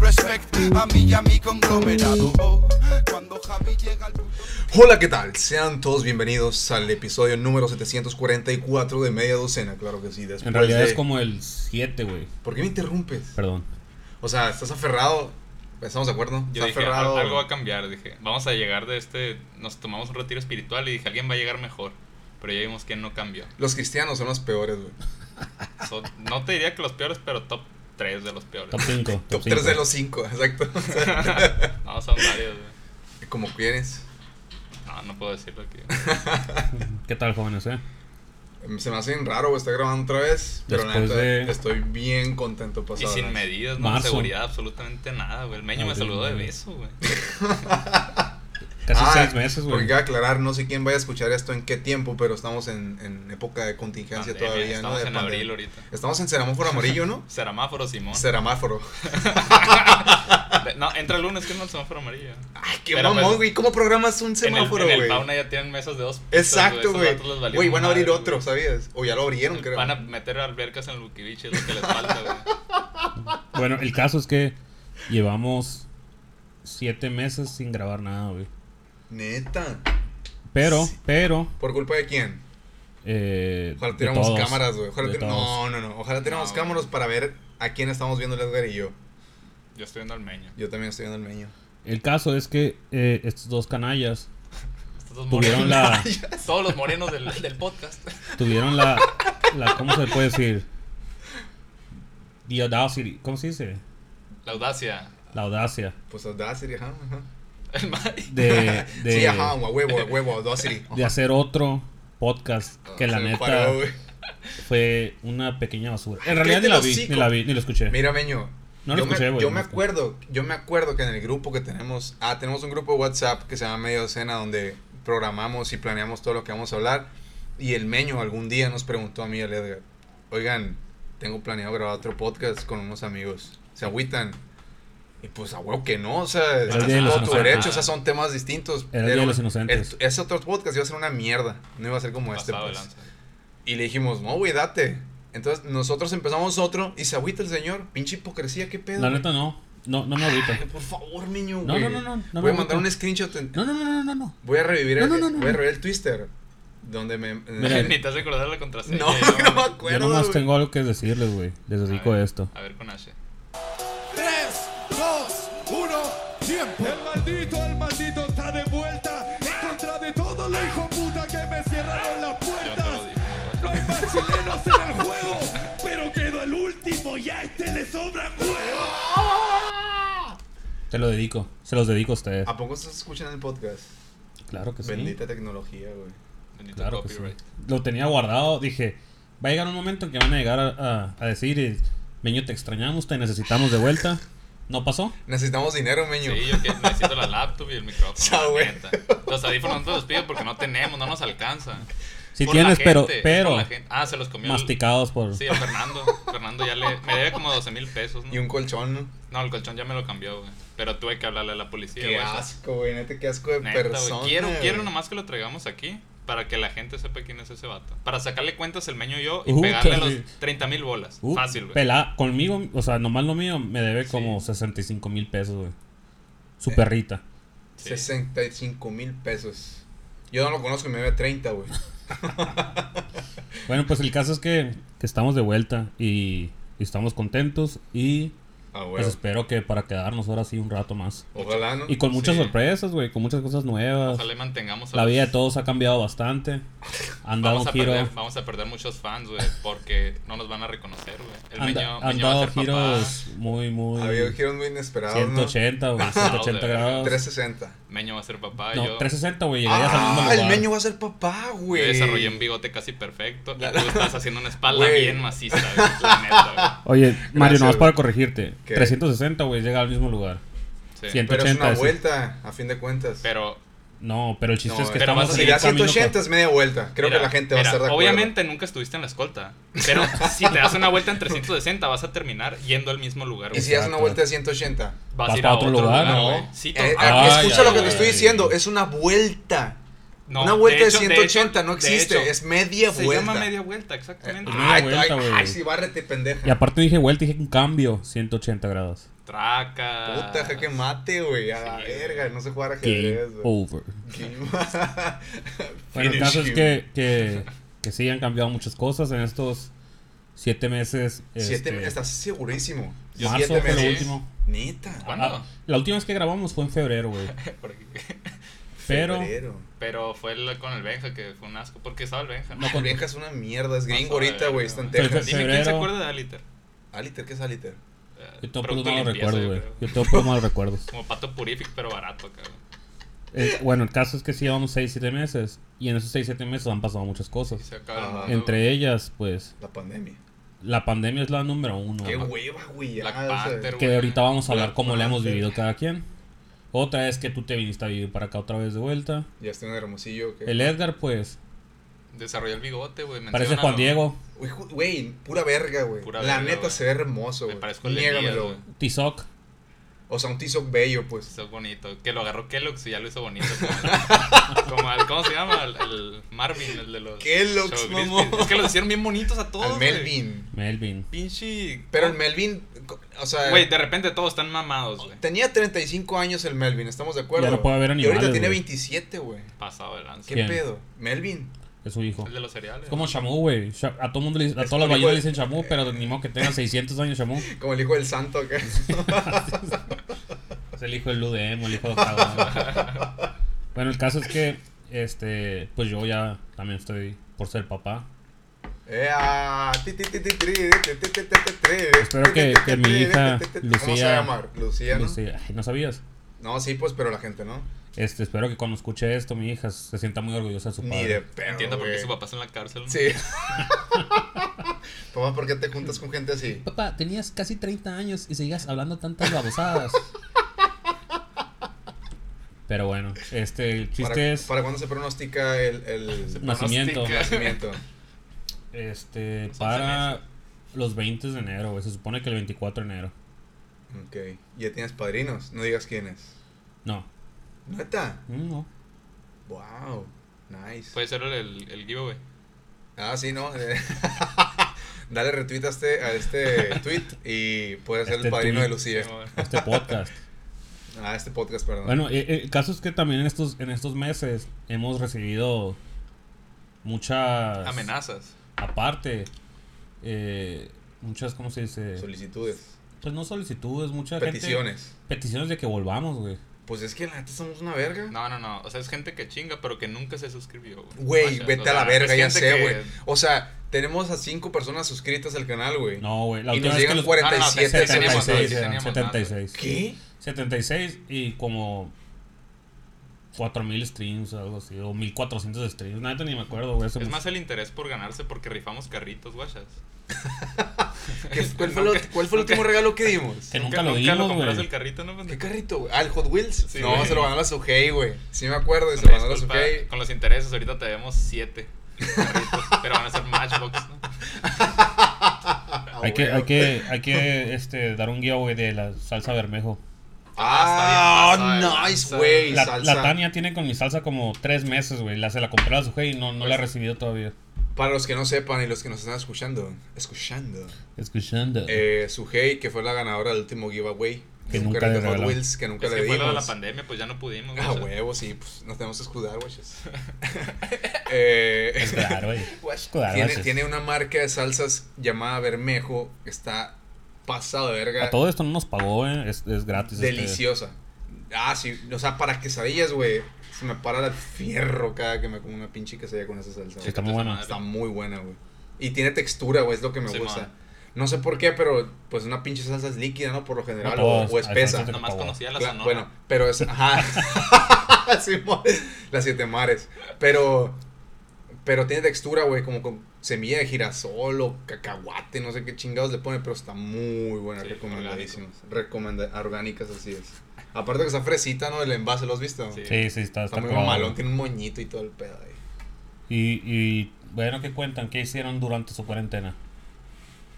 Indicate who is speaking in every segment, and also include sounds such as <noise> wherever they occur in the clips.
Speaker 1: respect a mí y a mi conglomerado. Oh, cuando Javi llega al punto-
Speaker 2: Hola, ¿qué tal? Sean todos bienvenidos al episodio número 744 de Media Docena, claro que sí. Después
Speaker 3: En realidad
Speaker 2: Pues de-
Speaker 3: es como el 7, güey.
Speaker 2: ¿Por qué me interrumpes?
Speaker 3: Perdón.
Speaker 2: O sea, estás aferrado. Estamos de acuerdo.
Speaker 4: Yo
Speaker 2: Estás
Speaker 4: dije,
Speaker 2: aferrado.
Speaker 4: "Al- algo va a cambiar, dije, vamos a llegar de este, nos tomamos un retiro espiritual y dije, alguien va a llegar mejor, pero ya vimos que no cambió.
Speaker 2: Los cristianos son los peores, güey. <laughs>
Speaker 4: So, no te diría que los peores, pero top 3 de los peores.
Speaker 3: Top 5.
Speaker 2: Top 3 de los 5, <laughs> exacto. O sea, <laughs>
Speaker 4: No, son varios. güey.
Speaker 2: como quieres.
Speaker 4: No, no puedo decirlo
Speaker 2: <laughs>
Speaker 4: aquí.
Speaker 3: ¿Qué tal, jóvenes, eh?
Speaker 2: Se me hacen raro, güey, estar grabando otra vez. Pero la
Speaker 3: Después
Speaker 2: neta,
Speaker 3: de-
Speaker 2: estoy bien contento pasado.
Speaker 4: Y sin
Speaker 2: adelante.
Speaker 4: medidas, no
Speaker 3: Marzo.
Speaker 4: seguridad, absolutamente nada, güey. El meño me
Speaker 3: Abril,
Speaker 4: saludó de
Speaker 3: mayo.
Speaker 4: beso, güey.
Speaker 3: Casi
Speaker 2: Ah,
Speaker 3: 6 meses,
Speaker 2: Porque
Speaker 3: güey.
Speaker 2: quiero aclarar, no sé quién vaya a escuchar esto en qué tiempo, pero estamos en, en época de contingencia
Speaker 4: Pandemia,
Speaker 2: todavía, ¿no?
Speaker 4: Estamos
Speaker 2: De
Speaker 4: en
Speaker 2: pandemia.
Speaker 4: abril ahorita.
Speaker 2: Estamos en semáforo amarillo, ¿no?
Speaker 4: Seramáforo, Simón.
Speaker 2: Seramáforo.
Speaker 4: De- No, entra el lunes, que es el semáforo amarillo.
Speaker 2: Ay, qué
Speaker 4: Pero,
Speaker 2: mamón,
Speaker 4: pues,
Speaker 2: güey. ¿Cómo programas un
Speaker 4: En el,
Speaker 2: semáforo,
Speaker 4: en el
Speaker 2: güey?
Speaker 4: fauna ya tienen mesas de dos. pisos,
Speaker 2: Exacto,
Speaker 4: Esos
Speaker 2: güey.
Speaker 4: vatos les valió
Speaker 2: Güey, van a
Speaker 4: madre,
Speaker 2: abrir
Speaker 4: güey.
Speaker 2: otro, ¿sabías? O ya lo abrieron, creo.
Speaker 4: Van a meter albercas en el Bukibichi, es lo que les falta, güey.
Speaker 3: Bueno, el caso es que llevamos 7 meses sin grabar nada, güey.
Speaker 2: Neta.
Speaker 3: Pero,
Speaker 2: Sí.
Speaker 3: pero.
Speaker 2: ¿Por culpa de quién?
Speaker 3: Eh,
Speaker 2: Ojalá
Speaker 3: de
Speaker 2: tuviéramos
Speaker 3: todos,
Speaker 2: cámaras, güey. Ojalá
Speaker 3: de
Speaker 2: tu-
Speaker 3: todos.
Speaker 2: No, no, no. Ojalá tuviéramos
Speaker 4: No, güey.
Speaker 2: cámaras para ver a quién estamos viendo el Edgar y yo.
Speaker 4: Yo estoy viendo al meño.
Speaker 2: Yo también estoy viendo el meño.
Speaker 3: El caso es que eh, estos dos canallas
Speaker 4: Estos dos
Speaker 3: tuvieron la.
Speaker 4: Todos los morenos del, del podcast.
Speaker 3: Tuvieron la, la. ¿Cómo se puede decir? The audacity. ¿Cómo se dice?
Speaker 4: La audacia.
Speaker 3: La audacia.
Speaker 2: Pues Audacity, ajá. ajá.
Speaker 4: El Mari.
Speaker 2: <laughs>
Speaker 3: De. de
Speaker 2: Sí, ajá, a huevo, a huevo, Audacity.
Speaker 3: de hacer otro podcast que la
Speaker 2: Ah, Se me
Speaker 3: neta
Speaker 2: paró, güey.
Speaker 3: fue una pequeña basura.
Speaker 2: Ay,
Speaker 1: Ah,
Speaker 3: En realidad ni la
Speaker 2: cállate el
Speaker 3: vi,
Speaker 2: hocico.
Speaker 3: ni la vi, ni lo escuché.
Speaker 2: Mira, Meño.
Speaker 3: No lo
Speaker 2: yo me,
Speaker 3: escuché, güey,
Speaker 2: Yo
Speaker 3: no
Speaker 2: me
Speaker 3: lo escuché.
Speaker 2: acuerdo, yo me acuerdo que en el grupo que tenemos, ah, tenemos un grupo de WhatsApp que se llama Media Docena donde programamos y planeamos todo lo que vamos a hablar. Y el Meño algún día nos preguntó a mí y al Edgar, oigan, tengo planeado grabar otro podcast con unos amigos. ¿Se agüitan? Y pues a huevo que no, o sea,
Speaker 3: el
Speaker 2: estás
Speaker 3: Día de
Speaker 2: en
Speaker 3: los
Speaker 2: todo tu
Speaker 3: Inocentes.
Speaker 2: derecho, o sea, son temas distintos.
Speaker 3: Era el Día de los Inocentes.
Speaker 2: el- ese otro podcast iba a ser una mierda, no iba a ser como
Speaker 4: Pasado de
Speaker 2: este. pues.
Speaker 4: lanza.
Speaker 2: Y le dijimos, no, güey, date. Entonces nosotros empezamos otro y se agüita el señor. Pinche hipocresía, qué pedo.
Speaker 3: La
Speaker 2: güey?
Speaker 3: neta no. No, no me
Speaker 1: Ah.
Speaker 3: agüito.
Speaker 2: Ay, por favor, niño,
Speaker 3: No,
Speaker 2: güey.
Speaker 3: no, no, no, no
Speaker 2: voy a
Speaker 3: me
Speaker 2: mandar
Speaker 3: agüito.
Speaker 2: un screenshot. en-
Speaker 3: No, no, no, no, no, no.
Speaker 2: Voy a revivir el,
Speaker 3: No, no, no, no,
Speaker 2: voy a
Speaker 3: no.
Speaker 2: revivir el Twister. Donde
Speaker 3: <laughs>
Speaker 2: me. <laughs>
Speaker 3: Mira, eh,
Speaker 4: Ni te has recordado la contraseña.
Speaker 2: no,
Speaker 3: <laughs>
Speaker 4: yo,
Speaker 2: no me
Speaker 4: güey.
Speaker 3: Yo
Speaker 2: acuerdo.
Speaker 3: nomás
Speaker 2: güey.
Speaker 3: tengo algo que decirles, güey. Les
Speaker 4: A
Speaker 3: dedico
Speaker 4: ver,
Speaker 3: esto.
Speaker 4: A ver con Ashe.
Speaker 1: 3, 2, 1, tiempo. El maldito, el maldito está de vuelta. En contra de todos los hijos puta que me cerraron las
Speaker 4: Yo te
Speaker 1: puertas.
Speaker 4: lo dije.
Speaker 1: No hay más chilenos en el juego. Pero quedó el último y a este le sobran huevos.
Speaker 3: Te lo dedico. Se los dedico a
Speaker 1: Ah,
Speaker 3: ustedes.
Speaker 2: ¿A poco se escuchan el podcast?
Speaker 3: Claro que sí.
Speaker 2: Bendita tecnología, güey.
Speaker 4: Bendito
Speaker 3: Claro que sí.
Speaker 4: copyright.
Speaker 3: Este Lo tenía guardado. Dije, va a llegar un momento en que van a llegar a, a- a decir, eh, Meño, te extrañamos, te necesitamos de vuelta. ¿No pasó?
Speaker 2: Necesitamos dinero, meño.
Speaker 4: Sí, yo que necesito la laptop y el
Speaker 2: Sa,
Speaker 4: micrófono. la
Speaker 2: güey.
Speaker 4: neta. Los audífonos no te los pido porque no tenemos, no nos alcanza.
Speaker 3: Si
Speaker 4: Por la
Speaker 3: tienes, pero,
Speaker 4: gente, por
Speaker 3: pero
Speaker 4: la gente. Ah, se los comió. el-
Speaker 3: masticados por...
Speaker 4: Sí, a Fernando. Fernando ya le. Me debe como 12 mil pesos,
Speaker 2: <laughs>
Speaker 4: ¿no?
Speaker 2: Y un colchón, ¿no?
Speaker 4: No, el colchón ya me lo cambió, güey. Pero tuve que hablarle a la policía,
Speaker 2: qué
Speaker 4: güey. o sea,
Speaker 2: asco, güey. Neta, qué asco de
Speaker 4: neta, güey.
Speaker 2: persona.
Speaker 4: Quiero,
Speaker 2: güey.
Speaker 4: quiero nomás que lo traigamos aquí para que la gente sepa quién es ese vato. Para sacarle cuentas el meño y yo y
Speaker 3: Uh,
Speaker 4: pegarle
Speaker 3: claro.
Speaker 4: los 30 mil bolas.
Speaker 3: Uh,
Speaker 4: Fácil, güey.
Speaker 3: pela- conmigo, o sea, nomás lo mío me debe como 65 mil pesos, güey. Su
Speaker 4: Eh.
Speaker 3: perrita.
Speaker 4: Sí.
Speaker 2: 65 mil pesos. Yo no lo conozco y me debe 30, güey.
Speaker 3: Bueno, pues el caso es que, que estamos de vuelta y, y estamos contentos y
Speaker 2: Ah,
Speaker 3: pues
Speaker 2: güey.
Speaker 3: espero que para quedarnos ahora sí un rato más.
Speaker 2: Ojalá, ¿no?
Speaker 3: Y con muchas
Speaker 4: Sí.
Speaker 3: sorpresas, güey, con muchas cosas nuevas.
Speaker 4: Ojalá y mantengamos a
Speaker 3: La
Speaker 4: los-
Speaker 3: vida de todos ha cambiado bastante. Han dado
Speaker 4: Vamos
Speaker 3: un
Speaker 4: a,
Speaker 3: giro.
Speaker 4: perder, vamos a perder muchos fans, güey, porque no nos van a reconocer, güey. El
Speaker 3: Han,
Speaker 4: meño,
Speaker 3: han
Speaker 4: meño va a
Speaker 3: dado
Speaker 4: ser
Speaker 3: giros muy, muy.
Speaker 2: Ha habido giros muy inesperados, ¿no?
Speaker 3: 180, güey, 180
Speaker 4: <laughs> No, de
Speaker 3: grados.
Speaker 2: 360.
Speaker 4: papá. Meño va a ser papá.
Speaker 3: no,
Speaker 4: yo,
Speaker 3: 360, güey, llegarías al mismo
Speaker 2: Ah,
Speaker 3: lugar.
Speaker 2: el meño va a ser papá,
Speaker 4: yo
Speaker 2: güey.
Speaker 4: desarrollé un bigote casi perfecto. Y tú estás haciendo
Speaker 2: <laughs>
Speaker 4: una espalda
Speaker 2: Güey.
Speaker 4: bien maciza, güey. La neta,
Speaker 3: Oye, Mario,
Speaker 2: Gracias,
Speaker 3: nomás
Speaker 2: güey.
Speaker 3: para corregirte.
Speaker 2: ¿Qué?
Speaker 3: 360, güey, llega al mismo lugar.
Speaker 4: güey. Sí.
Speaker 3: Siento.
Speaker 2: Pero es
Speaker 3: 180,
Speaker 2: una
Speaker 3: sí.
Speaker 2: vuelta, a fin de cuentas.
Speaker 4: Pero
Speaker 3: No, pero el chiste
Speaker 2: No,
Speaker 3: es que
Speaker 4: pero
Speaker 3: estamos
Speaker 4: vas a
Speaker 3: en el
Speaker 4: llegar
Speaker 2: ya
Speaker 4: a
Speaker 3: camino
Speaker 2: 180 es media vuelta. Creo
Speaker 4: Mira,
Speaker 2: que la gente va a
Speaker 4: mira,
Speaker 2: estar de acuerdo.
Speaker 4: Obviamente nunca estuviste en la escolta.
Speaker 2: <laughs>
Speaker 4: Pero si te das una vuelta en 360, vas a terminar yendo al mismo lugar.
Speaker 2: Y
Speaker 4: güey.
Speaker 2: si haces una
Speaker 3: Exacto.
Speaker 2: vuelto de 180.
Speaker 4: Vas
Speaker 3: ¿Vas
Speaker 4: a ir
Speaker 3: para
Speaker 4: a
Speaker 3: otro
Speaker 4: otro,
Speaker 3: lugar?
Speaker 4: lugar,
Speaker 3: No.
Speaker 4: güey. Sí, to-
Speaker 2: Eh,
Speaker 4: ah,
Speaker 3: ay,
Speaker 2: escucha lo que
Speaker 3: ay,
Speaker 2: te estoy
Speaker 3: ay.
Speaker 2: diciendo. Es una vuelta.
Speaker 4: no,
Speaker 2: una vuelta de,
Speaker 4: hecho-
Speaker 2: 180
Speaker 4: hecho-
Speaker 2: no
Speaker 4: de
Speaker 2: existe.
Speaker 4: hecho,
Speaker 2: es media
Speaker 4: se
Speaker 2: vuelta. Eh,
Speaker 4: llama media vuelta, exactamente.
Speaker 3: media
Speaker 2: Ay,
Speaker 3: vuelta,
Speaker 2: ay,
Speaker 3: güey.
Speaker 2: ay, sí, bárrete,
Speaker 3: Y
Speaker 2: pendeja.
Speaker 3: aparte dije vuelta, dije un cambio 180 grados.
Speaker 4: Traca.
Speaker 2: Puta, jaque mate, güey. A la
Speaker 4: Sí.
Speaker 2: verga, no sé jugar
Speaker 3: Game
Speaker 2: ajedrez, güey.
Speaker 3: over.
Speaker 2: Game- <laughs>
Speaker 3: Bueno, el
Speaker 2: Finish
Speaker 3: caso es
Speaker 2: him.
Speaker 3: que, que, que sí han cambiado muchas cosas en estos siete meses.
Speaker 2: Siete
Speaker 3: este,
Speaker 2: meses, estás segurísimo.
Speaker 3: Marzo
Speaker 2: Siete
Speaker 3: fue lo
Speaker 2: meses.
Speaker 3: último.
Speaker 2: Neta.
Speaker 4: ¿Cuándo?
Speaker 3: Ah,
Speaker 4: <laughs>
Speaker 3: la última vez que grabamos fue en febrero, güey.
Speaker 4: Por aquí.
Speaker 3: Pero
Speaker 2: Febrero.
Speaker 4: Pero fue el- con el Benja que fue un asco. Porque estaba el Benja.
Speaker 3: No,
Speaker 2: El
Speaker 3: con-
Speaker 2: Benja es una mierda, es gringo
Speaker 4: Pasó de
Speaker 2: ahorita,
Speaker 4: verga,
Speaker 2: güey, está en
Speaker 4: güey.
Speaker 3: Pero-
Speaker 2: Texas.
Speaker 4: Dime, ¿quién se
Speaker 3: Febrero.
Speaker 4: acuerda de Aliter?
Speaker 2: Aliter, ¿qué es Aliter?
Speaker 4: Eh,
Speaker 3: yo tengo puros
Speaker 4: producto de
Speaker 3: malos
Speaker 4: limpieza,
Speaker 3: recuerdos,
Speaker 4: yo
Speaker 3: güey.
Speaker 4: creo.
Speaker 3: Yo tengo puros malos recuerdos.
Speaker 4: Como pato purific, pero barato, cabrón.
Speaker 3: Eh, bueno, el caso es que sí llevamos seis, siete meses. Y en esos seis, siete meses han pasado muchas
Speaker 4: Y
Speaker 3: cosas.
Speaker 4: se acaba el
Speaker 2: Ajá.
Speaker 4: mundo, güey.
Speaker 3: Entre ellas, pues,
Speaker 2: La pandemia.
Speaker 3: la pandemia es la número uno.
Speaker 2: Qué
Speaker 3: güey.
Speaker 2: hueva, güey. ya,
Speaker 4: Black
Speaker 2: o sea,
Speaker 4: Panther, güey.
Speaker 3: Que ahorita vamos a hablar
Speaker 2: Black
Speaker 3: cómo la hemos
Speaker 2: Panther.
Speaker 3: vivido cada quien. Otra es que tú te viniste a vivir para acá otra vez de vuelta.
Speaker 2: Ya está en Hermosillo. que-
Speaker 3: El Edgar, pues,
Speaker 4: Desarrolló el bigote, güey. me
Speaker 3: parece
Speaker 4: enseñaron
Speaker 3: Juan
Speaker 4: algo.
Speaker 3: Diego.
Speaker 2: Uy, ju- Güey, pura verga, güey.
Speaker 4: Pura
Speaker 2: La
Speaker 4: verga,
Speaker 2: neta
Speaker 4: güey.
Speaker 2: se ve hermoso,
Speaker 4: Me
Speaker 2: güey.
Speaker 4: parezco el de Elías,
Speaker 2: Niégamelo.
Speaker 4: güey.
Speaker 3: Tizoc.
Speaker 2: O sea, un tizoc bello, pues.
Speaker 4: Eso es bonito. Que lo agarró Kellogg's y ya lo hizo bonito. Como, como al, ¿cómo se llama? El, el Marvin, el de los.
Speaker 2: Kellogg's,
Speaker 4: Choco
Speaker 2: mamón.
Speaker 4: Crispies. Es que los hicieron bien bonitos a todos.
Speaker 2: Al
Speaker 4: güey.
Speaker 2: Melvin.
Speaker 3: Melvin.
Speaker 4: Pinche.
Speaker 2: Pero el Melvin, co- o sea.
Speaker 4: Güey, de repente todos están mamados, güey.
Speaker 2: Tenía 35 años el Melvin, estamos de acuerdo.
Speaker 3: Ya no puede haber
Speaker 2: Y
Speaker 3: animales,
Speaker 2: ahorita tiene
Speaker 3: güey.
Speaker 2: 27, güey.
Speaker 4: Pasado de lanza.
Speaker 2: ¿Qué
Speaker 3: ¿Quién?
Speaker 2: pedo? Melvin.
Speaker 3: Es su hijo.
Speaker 4: El de los cereales.
Speaker 3: Es como Shamu, güey. Sha- A todo mundo le- a
Speaker 2: Es
Speaker 3: todas las
Speaker 2: como
Speaker 3: ballenas le
Speaker 2: el-
Speaker 3: dicen Shamu, pero ni modo que tenga 600 años Shamu.
Speaker 2: Como el hijo del
Speaker 3: <laughs>
Speaker 2: santo acá.
Speaker 3: Es Pues el hijo del UDM, el hijo de Octavo.
Speaker 2: <laughs>
Speaker 3: bueno, el caso es que, este, pues yo ya también estoy por ser papá.
Speaker 2: Ea, Eh, ah, ti, ti, ti, ti, tri, ti, ti, ti, ti, ti, tri.
Speaker 3: Espero que- que mi hija,
Speaker 2: ¿Cómo se
Speaker 3: Lucía-
Speaker 2: llama? Lucía, ¿no?
Speaker 3: Dice, "Ay, no sabías.
Speaker 2: No, sí, pues, pero la gente no.
Speaker 3: Este, espero que cuando escuche esto, mi hija se sienta muy orgullosa de su
Speaker 2: Ni
Speaker 3: padre.
Speaker 2: de pedo.
Speaker 4: Entiendo por qué
Speaker 2: güey.
Speaker 4: su papá está en la cárcel. ¿no?
Speaker 2: Sí. <laughs> Papá, ¿por qué te juntas con gente así?
Speaker 3: Papá, tenías casi 30 años y seguías hablando tantas babosadas. <laughs> Pero bueno, este, el chiste
Speaker 2: ¿Para,
Speaker 3: es,
Speaker 2: ¿Para cuándo se pronostica el,
Speaker 4: <laughs>
Speaker 2: el
Speaker 3: Nacimiento.
Speaker 4: Pronostica.
Speaker 2: nacimiento?
Speaker 3: este,
Speaker 4: Son
Speaker 3: para los 20 de enero, güey. se supone que el 24 de enero.
Speaker 2: Ok. ¿Ya tienes padrinos? No digas quiénes.
Speaker 3: No,
Speaker 2: ¿Neta?
Speaker 3: mm, no.
Speaker 2: Wow. Nice.
Speaker 4: Puede ser el, el, el giveaway.
Speaker 2: Ah, sí, ¿no? Eh, <laughs> Dale retweet a este, a este tweet y puedes ser
Speaker 3: Este
Speaker 2: el padrino
Speaker 3: tweet.
Speaker 2: de Lucía.
Speaker 4: Sí, bueno.
Speaker 3: Este podcast.
Speaker 2: Ah, este podcast, perdón.
Speaker 3: Bueno, eh, eh, el caso es que también en estos, en estos meses hemos recibido muchas...
Speaker 4: Amenazas.
Speaker 3: Aparte, eh, muchas, ¿cómo se dice?
Speaker 2: Solicitudes,
Speaker 3: pues no solicitudes, muchas
Speaker 2: peticiones.
Speaker 3: peticiones de que volvamos, güey.
Speaker 2: Pues es que la neta somos una verga.
Speaker 4: No, no, no. O sea, es gente que chinga, pero que nunca se suscribió. güey.
Speaker 2: Güey,
Speaker 4: Vaya, o
Speaker 2: vete
Speaker 4: sea,
Speaker 2: a la verga,
Speaker 4: es
Speaker 2: ya
Speaker 4: gente
Speaker 2: sé,
Speaker 4: que-
Speaker 2: güey. O sea, tenemos a cinco personas suscritas al canal, güey.
Speaker 3: No, güey. La
Speaker 2: Y
Speaker 3: última
Speaker 2: nos
Speaker 3: vez que los...
Speaker 2: llegan
Speaker 3: Ah,
Speaker 4: no,
Speaker 2: 47
Speaker 4: no, teníamos,
Speaker 2: mensajes.
Speaker 4: güey,
Speaker 3: 76,
Speaker 4: teníamos
Speaker 3: eran,
Speaker 4: más,
Speaker 3: 76.
Speaker 2: ¿Qué?
Speaker 3: 76 y como 4000 streams o algo así, o 1400 streams. Nada, ni me acuerdo, güey. hace
Speaker 4: Es
Speaker 3: mucho-
Speaker 4: más el interés por ganarse porque rifamos carritos, guachas.
Speaker 2: <laughs>
Speaker 4: <laughs>
Speaker 2: ¿Qué- ¿Cuál fue, lo-
Speaker 4: Nunca-
Speaker 2: cuál fue el último regalo que
Speaker 3: <laughs>
Speaker 2: dimos?
Speaker 3: que nunca lo dimos,
Speaker 4: compraste
Speaker 3: güey.
Speaker 4: el carrito, ¿no? Pues,
Speaker 2: ¿Qué carrito, güey? Ah, el Hot Wheels.
Speaker 4: Sí,
Speaker 2: no,
Speaker 4: güey.
Speaker 2: se lo ganó a Sugei, güey. Sí me acuerdo, y se
Speaker 4: Una
Speaker 2: lo ganó a
Speaker 4: disculpa,
Speaker 2: Sugei.
Speaker 4: pues, Con los intereses, ahorita te debemos siete <laughs> carritos, pero van a ser Matchbox, ¿no?
Speaker 3: Hay
Speaker 2: Ah,
Speaker 3: que, hay que, hay que este, dar un giveaway de la salsa bermejo.
Speaker 4: Ah, está
Speaker 2: Ah,
Speaker 4: bien, pasada de
Speaker 2: nice,
Speaker 4: lanza.
Speaker 2: güey.
Speaker 3: La,
Speaker 2: salsa.
Speaker 3: la Tania tiene con mi salsa como tres meses, güey. La se la compré a su y no, no la ha
Speaker 2: Pues-
Speaker 3: recibido todavía.
Speaker 2: Para los que no sepan y los que nos están escuchando, escuchando,
Speaker 3: Escuchando.
Speaker 2: eh, Sugei, que fue la ganadora del último giveaway,
Speaker 3: Que
Speaker 2: un
Speaker 3: nunca
Speaker 2: carrito
Speaker 3: le
Speaker 2: Hot
Speaker 3: regalamos.
Speaker 2: Wheels que nunca
Speaker 4: es
Speaker 2: le
Speaker 4: que fue lo de la
Speaker 2: dimos.
Speaker 4: pandemia, pues ya no pudimos,
Speaker 2: Ah,
Speaker 4: guacha.
Speaker 2: huevo, sí, pues nos tenemos que escudar,
Speaker 4: <laughs>
Speaker 2: guachas. eh,
Speaker 3: Claro, güey.
Speaker 2: Guach,
Speaker 3: Claro,
Speaker 2: <laughs> tiene,
Speaker 3: gracias.
Speaker 2: tiene una marca de salsas llamada Bermejo, que está pasado de verga.
Speaker 3: A todo esto no nos pagó, eh. Es, es gratis. este.
Speaker 2: Deliciosa. Ah, sí, o sea, para quesadillas, güey. Se me para el fierro cada que me como una pinche quesadilla con esa salsa.
Speaker 3: Sí, está
Speaker 2: güey.
Speaker 3: muy bueno.
Speaker 2: Está muy buena, güey. Y tiene textura, güey, es lo que me
Speaker 4: Sí,
Speaker 2: gusta.
Speaker 4: man.
Speaker 2: No sé por qué, pero pues una pinche salsa es líquida, ¿no? Por lo general,
Speaker 3: No pues,
Speaker 2: o-
Speaker 3: todas,
Speaker 2: o
Speaker 3: hay
Speaker 2: espesa.
Speaker 3: salsas Por
Speaker 4: Nomás
Speaker 3: favor.
Speaker 4: conocía la
Speaker 2: Cla-
Speaker 4: Sonora.
Speaker 2: Bueno, pero
Speaker 4: <laughs>
Speaker 2: es. Ajá. <laughs> Simón, las siete mares. Pero. Pero tiene textura, güey, como con semilla de girasol o cacahuate, no sé qué chingados le pone, pero está muy buena,
Speaker 4: Sí,
Speaker 2: recomendadísimas. Recomenda- orgánicas, así es. Aparte que está fresita, ¿no? El envase, ¿lo has visto?
Speaker 4: Sí.
Speaker 3: Sí, sí, está,
Speaker 2: Está muy
Speaker 3: curado.
Speaker 2: malón, tiene un moñito y todo el pedo ahí.
Speaker 3: Y, y bueno, ¿qué cuentan? ¿Qué hicieron durante su cuarentena?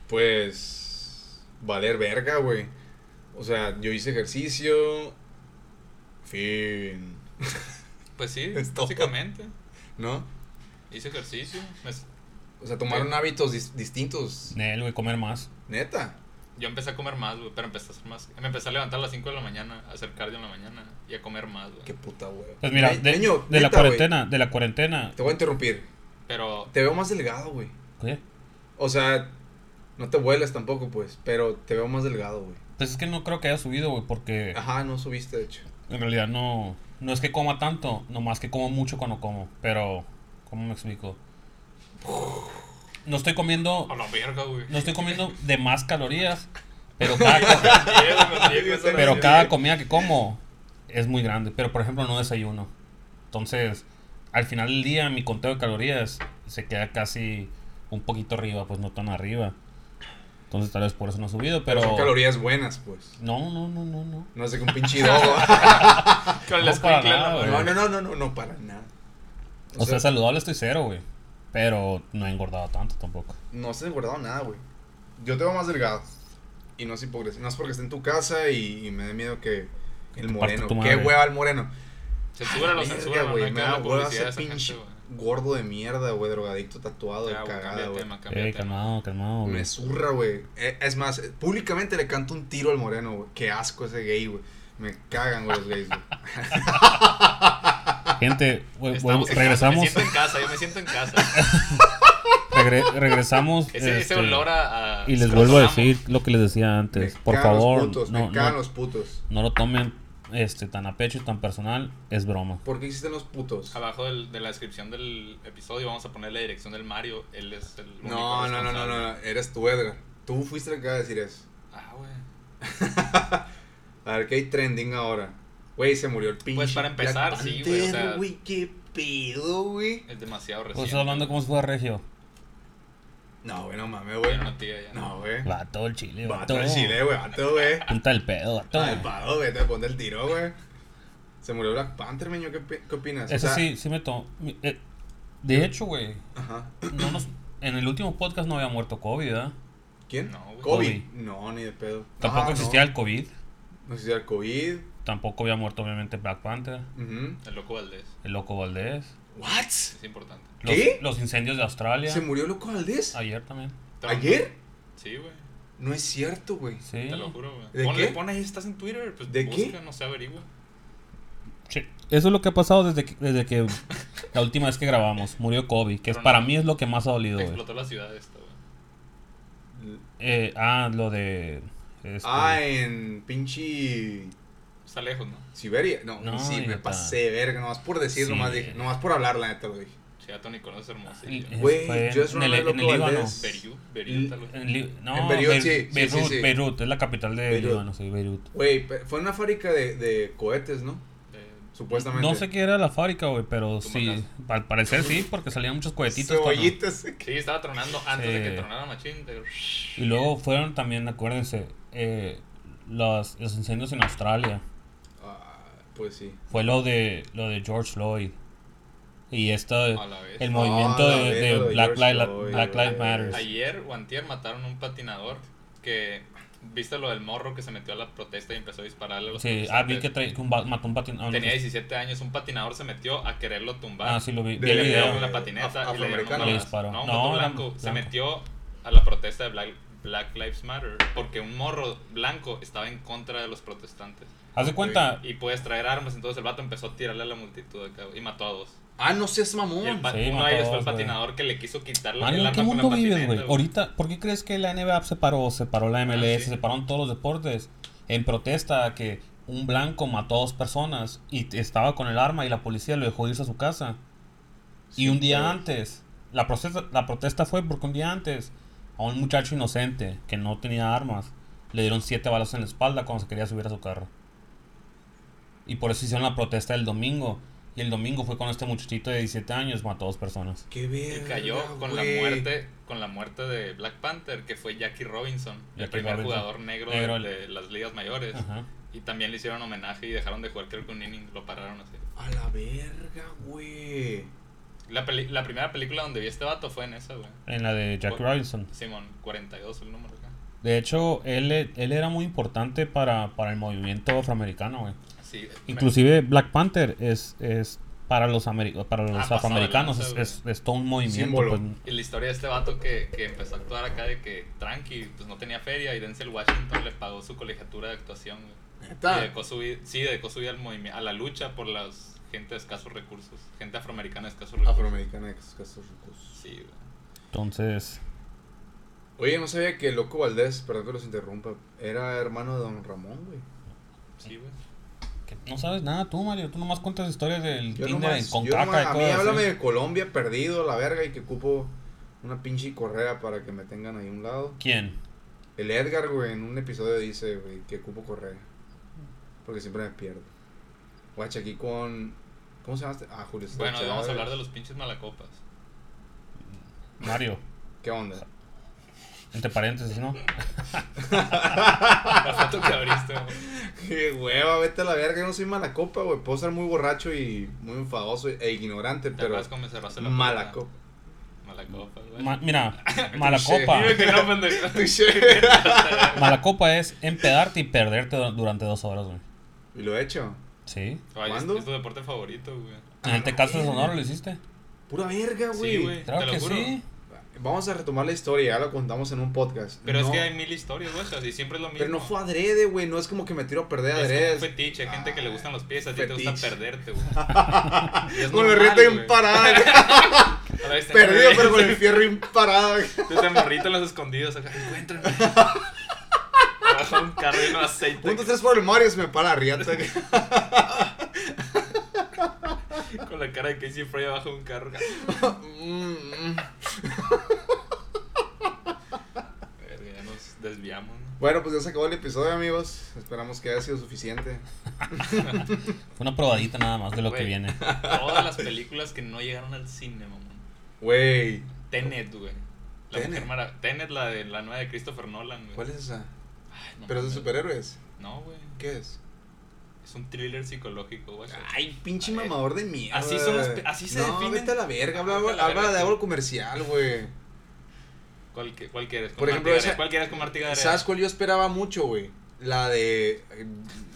Speaker 2: Pues. Valer verga, güey. O sea, yo hice ejercicio. Fin.
Speaker 4: Pues sí,
Speaker 2: Es todo.
Speaker 4: básicamente.
Speaker 2: ¿No?
Speaker 4: Hice ejercicio. pues, me-
Speaker 2: O sea, tomaron hábitos dis- distintos.
Speaker 3: Nel, güey, comer más.
Speaker 2: Neta.
Speaker 4: yo empecé a comer más, güey, pero empecé a hacer más. Me empecé a levantar a las 5 de la mañana, a hacer cardio en la mañana y a comer más, güey.
Speaker 2: Qué puta, güey.
Speaker 3: Pues mira,
Speaker 2: Ey,
Speaker 3: de,
Speaker 2: Meño,
Speaker 3: de la
Speaker 2: neta, güey,
Speaker 3: cuarentena, de la cuarentena.
Speaker 2: Te voy a interrumpir.
Speaker 4: Pero
Speaker 2: Te veo más delgado, güey.
Speaker 3: ¿Qué?
Speaker 2: O sea, no te vuelas tampoco, pues, pero te veo más delgado, güey.
Speaker 3: Pues es que no creo que haya subido, güey, porque
Speaker 2: Ajá, no subiste, de hecho.
Speaker 3: en realidad no, no es que coma tanto, nomás que como mucho cuando como. Pero, ¿cómo me explico? No estoy comiendo,
Speaker 4: a la verga, güey.
Speaker 3: no estoy comiendo de más calorías, pero cada,
Speaker 2: <laughs>
Speaker 3: pero cada comida que como es muy grande. Pero, por ejemplo, no desayuno. Entonces, al final del día, mi conteo de calorías se queda casi un poquito arriba, pues no tan arriba. Entonces, tal vez por eso no ha subido, pero...
Speaker 2: Son calorías buenas, pues.
Speaker 3: No, no, no, no, no.
Speaker 2: No sé que un pinche dogo.
Speaker 4: Con
Speaker 3: No,
Speaker 4: la
Speaker 3: para
Speaker 4: escuincla en la
Speaker 3: nada,
Speaker 2: <laughs> no,
Speaker 4: mano.
Speaker 2: no, no, no, no, no, para nada.
Speaker 3: O, sea, saludable estoy cero, güey. Pero no he engordado tanto tampoco.
Speaker 2: no has engordado nada, güey. Yo te veo más delgado. Y no es hipocresía. No es porque esté en tu casa y, y me dé miedo que el
Speaker 3: te
Speaker 2: moreno.
Speaker 3: parte tu madre.
Speaker 2: Qué hueva el moreno.
Speaker 4: Censúralo,
Speaker 2: Verga,
Speaker 4: censúralo,
Speaker 2: güey. Me
Speaker 4: no hay que
Speaker 2: da
Speaker 4: darle
Speaker 2: hueva
Speaker 4: publicidad
Speaker 2: ese
Speaker 4: a esa gente,
Speaker 2: pinche
Speaker 4: güey.
Speaker 2: gordo de mierda, güey. Drogadicto, tatuado,
Speaker 4: Ya,
Speaker 2: de
Speaker 4: güey,
Speaker 2: cagada,
Speaker 4: cambia de
Speaker 2: güey.
Speaker 4: tema, cambia de
Speaker 3: Ey,
Speaker 4: tema.
Speaker 3: Eh, calmado, calmado, güey.
Speaker 2: Me zurra, güey. Eh, Es más, eh, públicamente le canto un tiro al moreno, güey. Qué asco ese gay, güey. Me cagan, güey, los
Speaker 3: <laughs>
Speaker 2: gays, güey.
Speaker 3: Gente, güey,
Speaker 4: Estamos
Speaker 3: güey,
Speaker 4: en casa, Me
Speaker 3: regresamos.
Speaker 4: siento en casa, yo me siento en
Speaker 3: <laughs>
Speaker 4: casa.
Speaker 3: regre-
Speaker 4: <laughs>
Speaker 3: regresamos.
Speaker 4: Ese, ese
Speaker 3: este,
Speaker 4: olor a, a
Speaker 3: Y les vuelvo a
Speaker 4: escrotamo.
Speaker 3: decir lo que les decía antes.
Speaker 2: Me
Speaker 3: Por
Speaker 2: cagan
Speaker 3: favor,
Speaker 2: Los putos,
Speaker 3: no,
Speaker 2: me cagan
Speaker 3: no,
Speaker 2: los putos.
Speaker 3: no lo tomen este, tan a pecho y tan personal. Es
Speaker 4: Pues
Speaker 3: broma.
Speaker 2: ¿Por qué existen los putos?
Speaker 4: Abajo del- de la descripción del episodio vamos a poner la dirección del Mario. Él es el único
Speaker 2: No, no, no, no,
Speaker 4: responsable.
Speaker 2: no, no. Eres tú, Edgar. Tú fuiste el que acaba de decir eso.
Speaker 4: Ah, güey.
Speaker 2: A ver, ¿qué hay trending ahora? Güey, se murió el pinche.
Speaker 4: Pues para
Speaker 2: Black
Speaker 4: empezar, sí, güey, o
Speaker 2: Panther,
Speaker 4: sea-
Speaker 2: güey, qué pedo, güey.
Speaker 4: Es demasiado
Speaker 3: Pues
Speaker 4: reciente.
Speaker 3: estás hablando como si fuera regio.
Speaker 2: No, güey, no mames,
Speaker 4: güey.
Speaker 2: güey.
Speaker 4: Ya no, tía, ya no.
Speaker 2: No, güey.
Speaker 3: Va todo el chile, va
Speaker 2: Vato
Speaker 3: todo.
Speaker 2: el chile, güey. Vato, güey.
Speaker 3: Punta del pedo, va todo.
Speaker 2: Al paro, güey. Te pone el tiro, güey. Se murió Black Panther, meño. ¿Qué, pi- qué opinas? O
Speaker 3: Eso
Speaker 2: sea,
Speaker 3: sí, sí me tomó. de hecho, güey,
Speaker 2: Ajá.
Speaker 3: no nos- en el último podcast no había muerto COVID, ¿verdad?
Speaker 2: ¿Quién?
Speaker 4: No, güey.
Speaker 2: Kobe.
Speaker 3: Kobe.
Speaker 2: No, ni de pedo.
Speaker 3: Tampoco
Speaker 2: Ah,
Speaker 3: existía
Speaker 2: no.
Speaker 3: el COVID.
Speaker 2: No existía el COVID.
Speaker 3: Tampoco había muerto, obviamente, Black Panther,
Speaker 2: Ujú.
Speaker 4: El loco Valdés.
Speaker 3: el Loco Valdés.
Speaker 2: ¿What?
Speaker 4: Es importante.
Speaker 3: Los,
Speaker 2: ¿Qué?
Speaker 3: los incendios de Australia.
Speaker 2: ¿Se murió Loco Valdés?
Speaker 3: Ayer también.
Speaker 4: Trump.
Speaker 2: ¿Ayer?
Speaker 4: Sí, güey.
Speaker 2: No es cierto, güey.
Speaker 3: Sí.
Speaker 4: Te lo juro, güey.
Speaker 2: ¿De
Speaker 4: Ponle,
Speaker 2: qué?
Speaker 4: pon ahí, estás en Twitter. Pues
Speaker 2: ¿De
Speaker 4: busca,
Speaker 2: qué?
Speaker 4: no se averigua.
Speaker 3: Sí. Eso es lo que ha pasado desde que, desde que la última vez que grabamos. Murió Kobe, que es,
Speaker 4: Pero no.
Speaker 3: para mí es lo que más ha dolido, güey.
Speaker 4: Explotó la ciudad esta, güey.
Speaker 3: Eh, ah, lo de. este,
Speaker 2: Ah, en pinche
Speaker 4: Está lejos, ¿no?
Speaker 2: Siberia. No,
Speaker 3: No,
Speaker 2: sí, me
Speaker 3: idiota.
Speaker 2: pasé de verga. Nomás por decir,
Speaker 3: Sí.
Speaker 2: nomás dije. Nomás por hablar, la neta lo dije.
Speaker 4: Sí, a Tony conoce hermoso.
Speaker 3: el-
Speaker 4: Beriú,
Speaker 3: eh,
Speaker 2: Güey,
Speaker 3: fue
Speaker 2: yo eso
Speaker 3: en
Speaker 2: no
Speaker 3: el,
Speaker 2: lo
Speaker 3: en el
Speaker 2: puedo
Speaker 3: Líbano.
Speaker 2: leer.
Speaker 4: Beriú, tal vez.
Speaker 3: En Lí- no,
Speaker 2: En Beirut,
Speaker 3: Beir-
Speaker 2: sí, sí, sí,
Speaker 3: Beirut,
Speaker 2: sí.
Speaker 3: Beirut, es la capital de
Speaker 2: Beirut.
Speaker 3: Líbano, sí, Beirut.
Speaker 2: Güey, pe- fue una fábrica de, de cohetes, ¿no?
Speaker 4: Eh,
Speaker 2: Supuestamente.
Speaker 3: No sé qué era la fábrica, güey, pero
Speaker 4: Tú
Speaker 3: sí, al parecer sí, porque salían muchos cohetitos. cuando-
Speaker 2: Cebollitas. <laughs>
Speaker 4: Sí, estaba tronando antes de
Speaker 3: Sí.
Speaker 4: que tronara Machín. de-
Speaker 3: Y luego
Speaker 4: <laughs>
Speaker 3: fueron también, acuérdense, eh, los, los incendios en Australia.
Speaker 2: Ah, pues sí.
Speaker 3: Fue lo de lo de George Floyd. Y esto,
Speaker 4: A la vez.
Speaker 3: el movimiento
Speaker 2: Ah, la
Speaker 3: de,
Speaker 2: vez,
Speaker 3: de
Speaker 2: lo de
Speaker 3: Black,
Speaker 2: George
Speaker 3: Li-
Speaker 2: Floyd,
Speaker 3: Black
Speaker 2: güey.
Speaker 3: Lives Matter.
Speaker 4: Ayer o antier mataron a un patinador que... ¿Viste lo del morro que se metió a la protesta y empezó a dispararle a los
Speaker 3: Sí, ah, vi que, trae- que un va- mató un ah, patinador.
Speaker 4: Tenía 17 años, un patinador se metió a quererlo tumbar.
Speaker 3: Ah, sí, lo vi.
Speaker 2: De-
Speaker 3: vi el
Speaker 4: le
Speaker 3: video.
Speaker 4: dieron una patineta
Speaker 2: Af-
Speaker 4: y le dieron
Speaker 2: afroamericano.
Speaker 4: una
Speaker 2: Le
Speaker 4: bala.
Speaker 3: disparó.
Speaker 4: No, un
Speaker 3: No,
Speaker 4: vato
Speaker 3: era
Speaker 4: blanco. Se
Speaker 3: blanco.
Speaker 4: metió a la protesta de Black, Black Lives Matter porque un morro blanco estaba en contra de los protestantes.
Speaker 3: Haz de cuenta,
Speaker 4: Y puedes traer armas, entonces el vato empezó a tirarle a la multitud acá, güey, y mató a dos.
Speaker 2: Ah, no seas
Speaker 4: Y el
Speaker 2: mamón.
Speaker 4: pa-
Speaker 3: Sí,
Speaker 4: uno
Speaker 3: mató
Speaker 4: de ellos
Speaker 3: a
Speaker 4: fue
Speaker 3: dos, güey.
Speaker 4: el patinador que le quiso quitarle el
Speaker 3: Mario, ¿en
Speaker 4: arma
Speaker 3: qué
Speaker 4: con
Speaker 3: mundo
Speaker 4: la
Speaker 3: vives,
Speaker 4: patineta.
Speaker 3: güey?
Speaker 4: güey. Ah,
Speaker 3: Ahorita, ¿por qué crees que la NBA separó, separó la MLS,
Speaker 4: sí.
Speaker 3: separaron todos los deportes en protesta a que un blanco mató a dos personas y t- estaba con el arma y la policía lo dejó irse a su casa? y un día antes, la protesta, la protesta fue porque un día antes a un muchacho inocente que no tenía armas le dieron siete balas en la espalda cuando se quería subir a su carro. Y por eso hicieron la protesta del domingo. Y el domingo fue con este muchachito de 17 años, mató a dos personas.
Speaker 2: Qué
Speaker 4: Y
Speaker 2: verga.
Speaker 4: cayó con la
Speaker 2: güey.
Speaker 4: muerte con la muerte de Black Panther, que fue Jackie Robinson, el
Speaker 3: Jackie
Speaker 4: primer
Speaker 3: Robinson.
Speaker 4: jugador negro,
Speaker 3: Negro,
Speaker 4: de,
Speaker 3: el-
Speaker 4: de las ligas mayores.
Speaker 3: Ajá.
Speaker 4: Y también le hicieron homenaje y dejaron de jugar creo que un inning, lo pararon así.
Speaker 2: A la verga, güey.
Speaker 4: La, peli- la primera película donde vi a este vato fue en esa, güey.
Speaker 3: En la de Jack
Speaker 4: Bueno.
Speaker 3: Robinson.
Speaker 4: Simón, 42 el número acá.
Speaker 3: De hecho, él, e, él era muy importante para, para el movimiento afroamericano, güey.
Speaker 4: Sí, me-
Speaker 3: Inclusive Black Panther es, es para los, ameri- para los
Speaker 4: Ah, pasado de
Speaker 3: afroamericanos
Speaker 4: lanza,
Speaker 3: es,
Speaker 4: güey.
Speaker 3: es- es todo un movimiento.
Speaker 2: Símbolo.
Speaker 3: pues.
Speaker 4: Y la historia de este vato que, que empezó a actuar acá de que tranqui, pues no tenía feria y Denzel Washington le pagó su colegiatura de actuación. güey.
Speaker 2: Ah.
Speaker 4: Y dedicó su vida, sí, dedicó su vida al movimi- a la lucha por la gente de escasos recursos, gente afroamericana de escasos recursos.
Speaker 2: Afroamericana de escasos recursos.
Speaker 4: Sí, güey.
Speaker 3: Entonces,
Speaker 2: Oye, no sabía que Loco Valdés, perdón que los interrumpa, era hermano de Don Ramón, güey.
Speaker 4: Sí, güey.
Speaker 3: que no sabes nada tú, Mario. Tú nomás cuentas historias del
Speaker 2: Yo
Speaker 3: Tinder
Speaker 2: nomás-
Speaker 3: en- con
Speaker 2: yo nomás-
Speaker 3: caca
Speaker 2: a
Speaker 3: y
Speaker 2: mí
Speaker 3: cosas
Speaker 2: háblame
Speaker 3: así.
Speaker 2: de Colombia perdido, la verga, y que cupo una pinche correa para que me tengan ahí a un lado.
Speaker 3: ¿Quién?
Speaker 2: El Edgar, güey, en un episodio dice, güey, que cupo correa. Porque siempre me pierdo. Guacha, aquí con... ¿Cómo se llama? este? Ah, Julio César
Speaker 4: Bueno, vamos
Speaker 2: Chávez.
Speaker 4: a hablar de los pinches malacopas. <laughs>
Speaker 3: Mario.
Speaker 2: ¿Qué onda? <laughs>
Speaker 3: Entre paréntesis, ¿no?
Speaker 4: La foto que
Speaker 2: <laughs>
Speaker 4: abriste, güey.
Speaker 2: Qué hueva, vete a la verga, yo no soy mala copa, güey. Puedo ser muy borracho y muy enfadoso e ignorante,
Speaker 4: ¿Te
Speaker 2: pero
Speaker 4: acuerdas cómo me cerraste la
Speaker 2: mala
Speaker 4: puerta?
Speaker 2: copa. <laughs>
Speaker 4: Malacopa, güey. <laughs>
Speaker 3: Ma- mira, mala
Speaker 2: Touché.
Speaker 3: copa.
Speaker 4: Dime que
Speaker 2: <laughs>
Speaker 4: no, pendejo.
Speaker 3: Mala copa es empedarte y perderte du- durante dos horas, güey.
Speaker 2: Y lo he hecho.
Speaker 3: Sí.
Speaker 4: Ay, es-
Speaker 2: ¿Cuándo?
Speaker 4: Es tu deporte favorito, güey.
Speaker 3: En el Tecate de Sonora lo hiciste.
Speaker 2: Pura verga, güey.
Speaker 4: Sí, güey. Ah, Te
Speaker 3: Claro
Speaker 4: lo
Speaker 3: que
Speaker 4: juro.
Speaker 3: sí.
Speaker 2: Vamos a retomar la historia, ya lo contamos en un podcast.
Speaker 4: Pero es
Speaker 2: No,
Speaker 4: que hay mil historias, güey, o sea, y siempre es lo mismo.
Speaker 2: Pero no fue adrede, güey. No es como que me tiro a perder adrede.
Speaker 4: Es como un fetiche, hay gente que le gustan los pies, a ti te gusta
Speaker 2: fetiche. <laughs>
Speaker 4: perderte, güey. Y es
Speaker 2: Con el
Speaker 4: normal,
Speaker 2: rito
Speaker 4: güey. <laughs>
Speaker 2: imparado.
Speaker 4: A veces-
Speaker 2: Perdido, pero con el fierro imparado.
Speaker 4: <laughs>
Speaker 2: güey.
Speaker 4: Desde morrito en los escondidos, acá,
Speaker 2: <laughs>
Speaker 4: encuéntrame. Baja un carro lleno de aceite.
Speaker 2: Punto tres por el Mario, se me para la riata. güey. <laughs>
Speaker 4: Con la cara de Casey Frey abajo de
Speaker 2: <laughs>
Speaker 4: un carro.
Speaker 2: Mm, mm.
Speaker 4: Verga, ya nos desviamos, ¿no?
Speaker 2: bueno, pues ya se acabó el episodio, amigos. Esperamos que haya sido suficiente.
Speaker 3: Fue una probadita nada más de lo que
Speaker 4: Güey. <laughs>
Speaker 3: viene.
Speaker 4: Todas las películas que no llegaron al cine, mamón.
Speaker 2: Güey,
Speaker 4: Tenet, güey. La
Speaker 2: Tenet.
Speaker 4: Mujer Mara- Tenet, la de la nueva de Christopher Nolan, güey.
Speaker 2: ¿cuál es esa?
Speaker 4: Ay, no
Speaker 2: ¿Pero es de
Speaker 4: mames.
Speaker 2: superhéroes?
Speaker 4: No, güey.
Speaker 2: ¿Qué es?
Speaker 4: Es un thriller psicológico, güey.
Speaker 2: Ay, pinche mamador de mierda.
Speaker 4: Así son las pe- así se
Speaker 2: no,
Speaker 4: definen. Ah,
Speaker 2: Vete a la verga, habla,
Speaker 4: Vete a la
Speaker 2: habla
Speaker 4: verga,
Speaker 2: de
Speaker 4: tú.
Speaker 2: algo comercial, güey.
Speaker 4: ¿Cuál, que- cuál quieres? ¿Con
Speaker 2: Por ejemplo,
Speaker 4: Martí Gareda?
Speaker 2: esa-
Speaker 4: ¿Cuál quieres con Martí Gareda?
Speaker 2: ¿Sabes cuál yo esperaba mucho, güey? La de.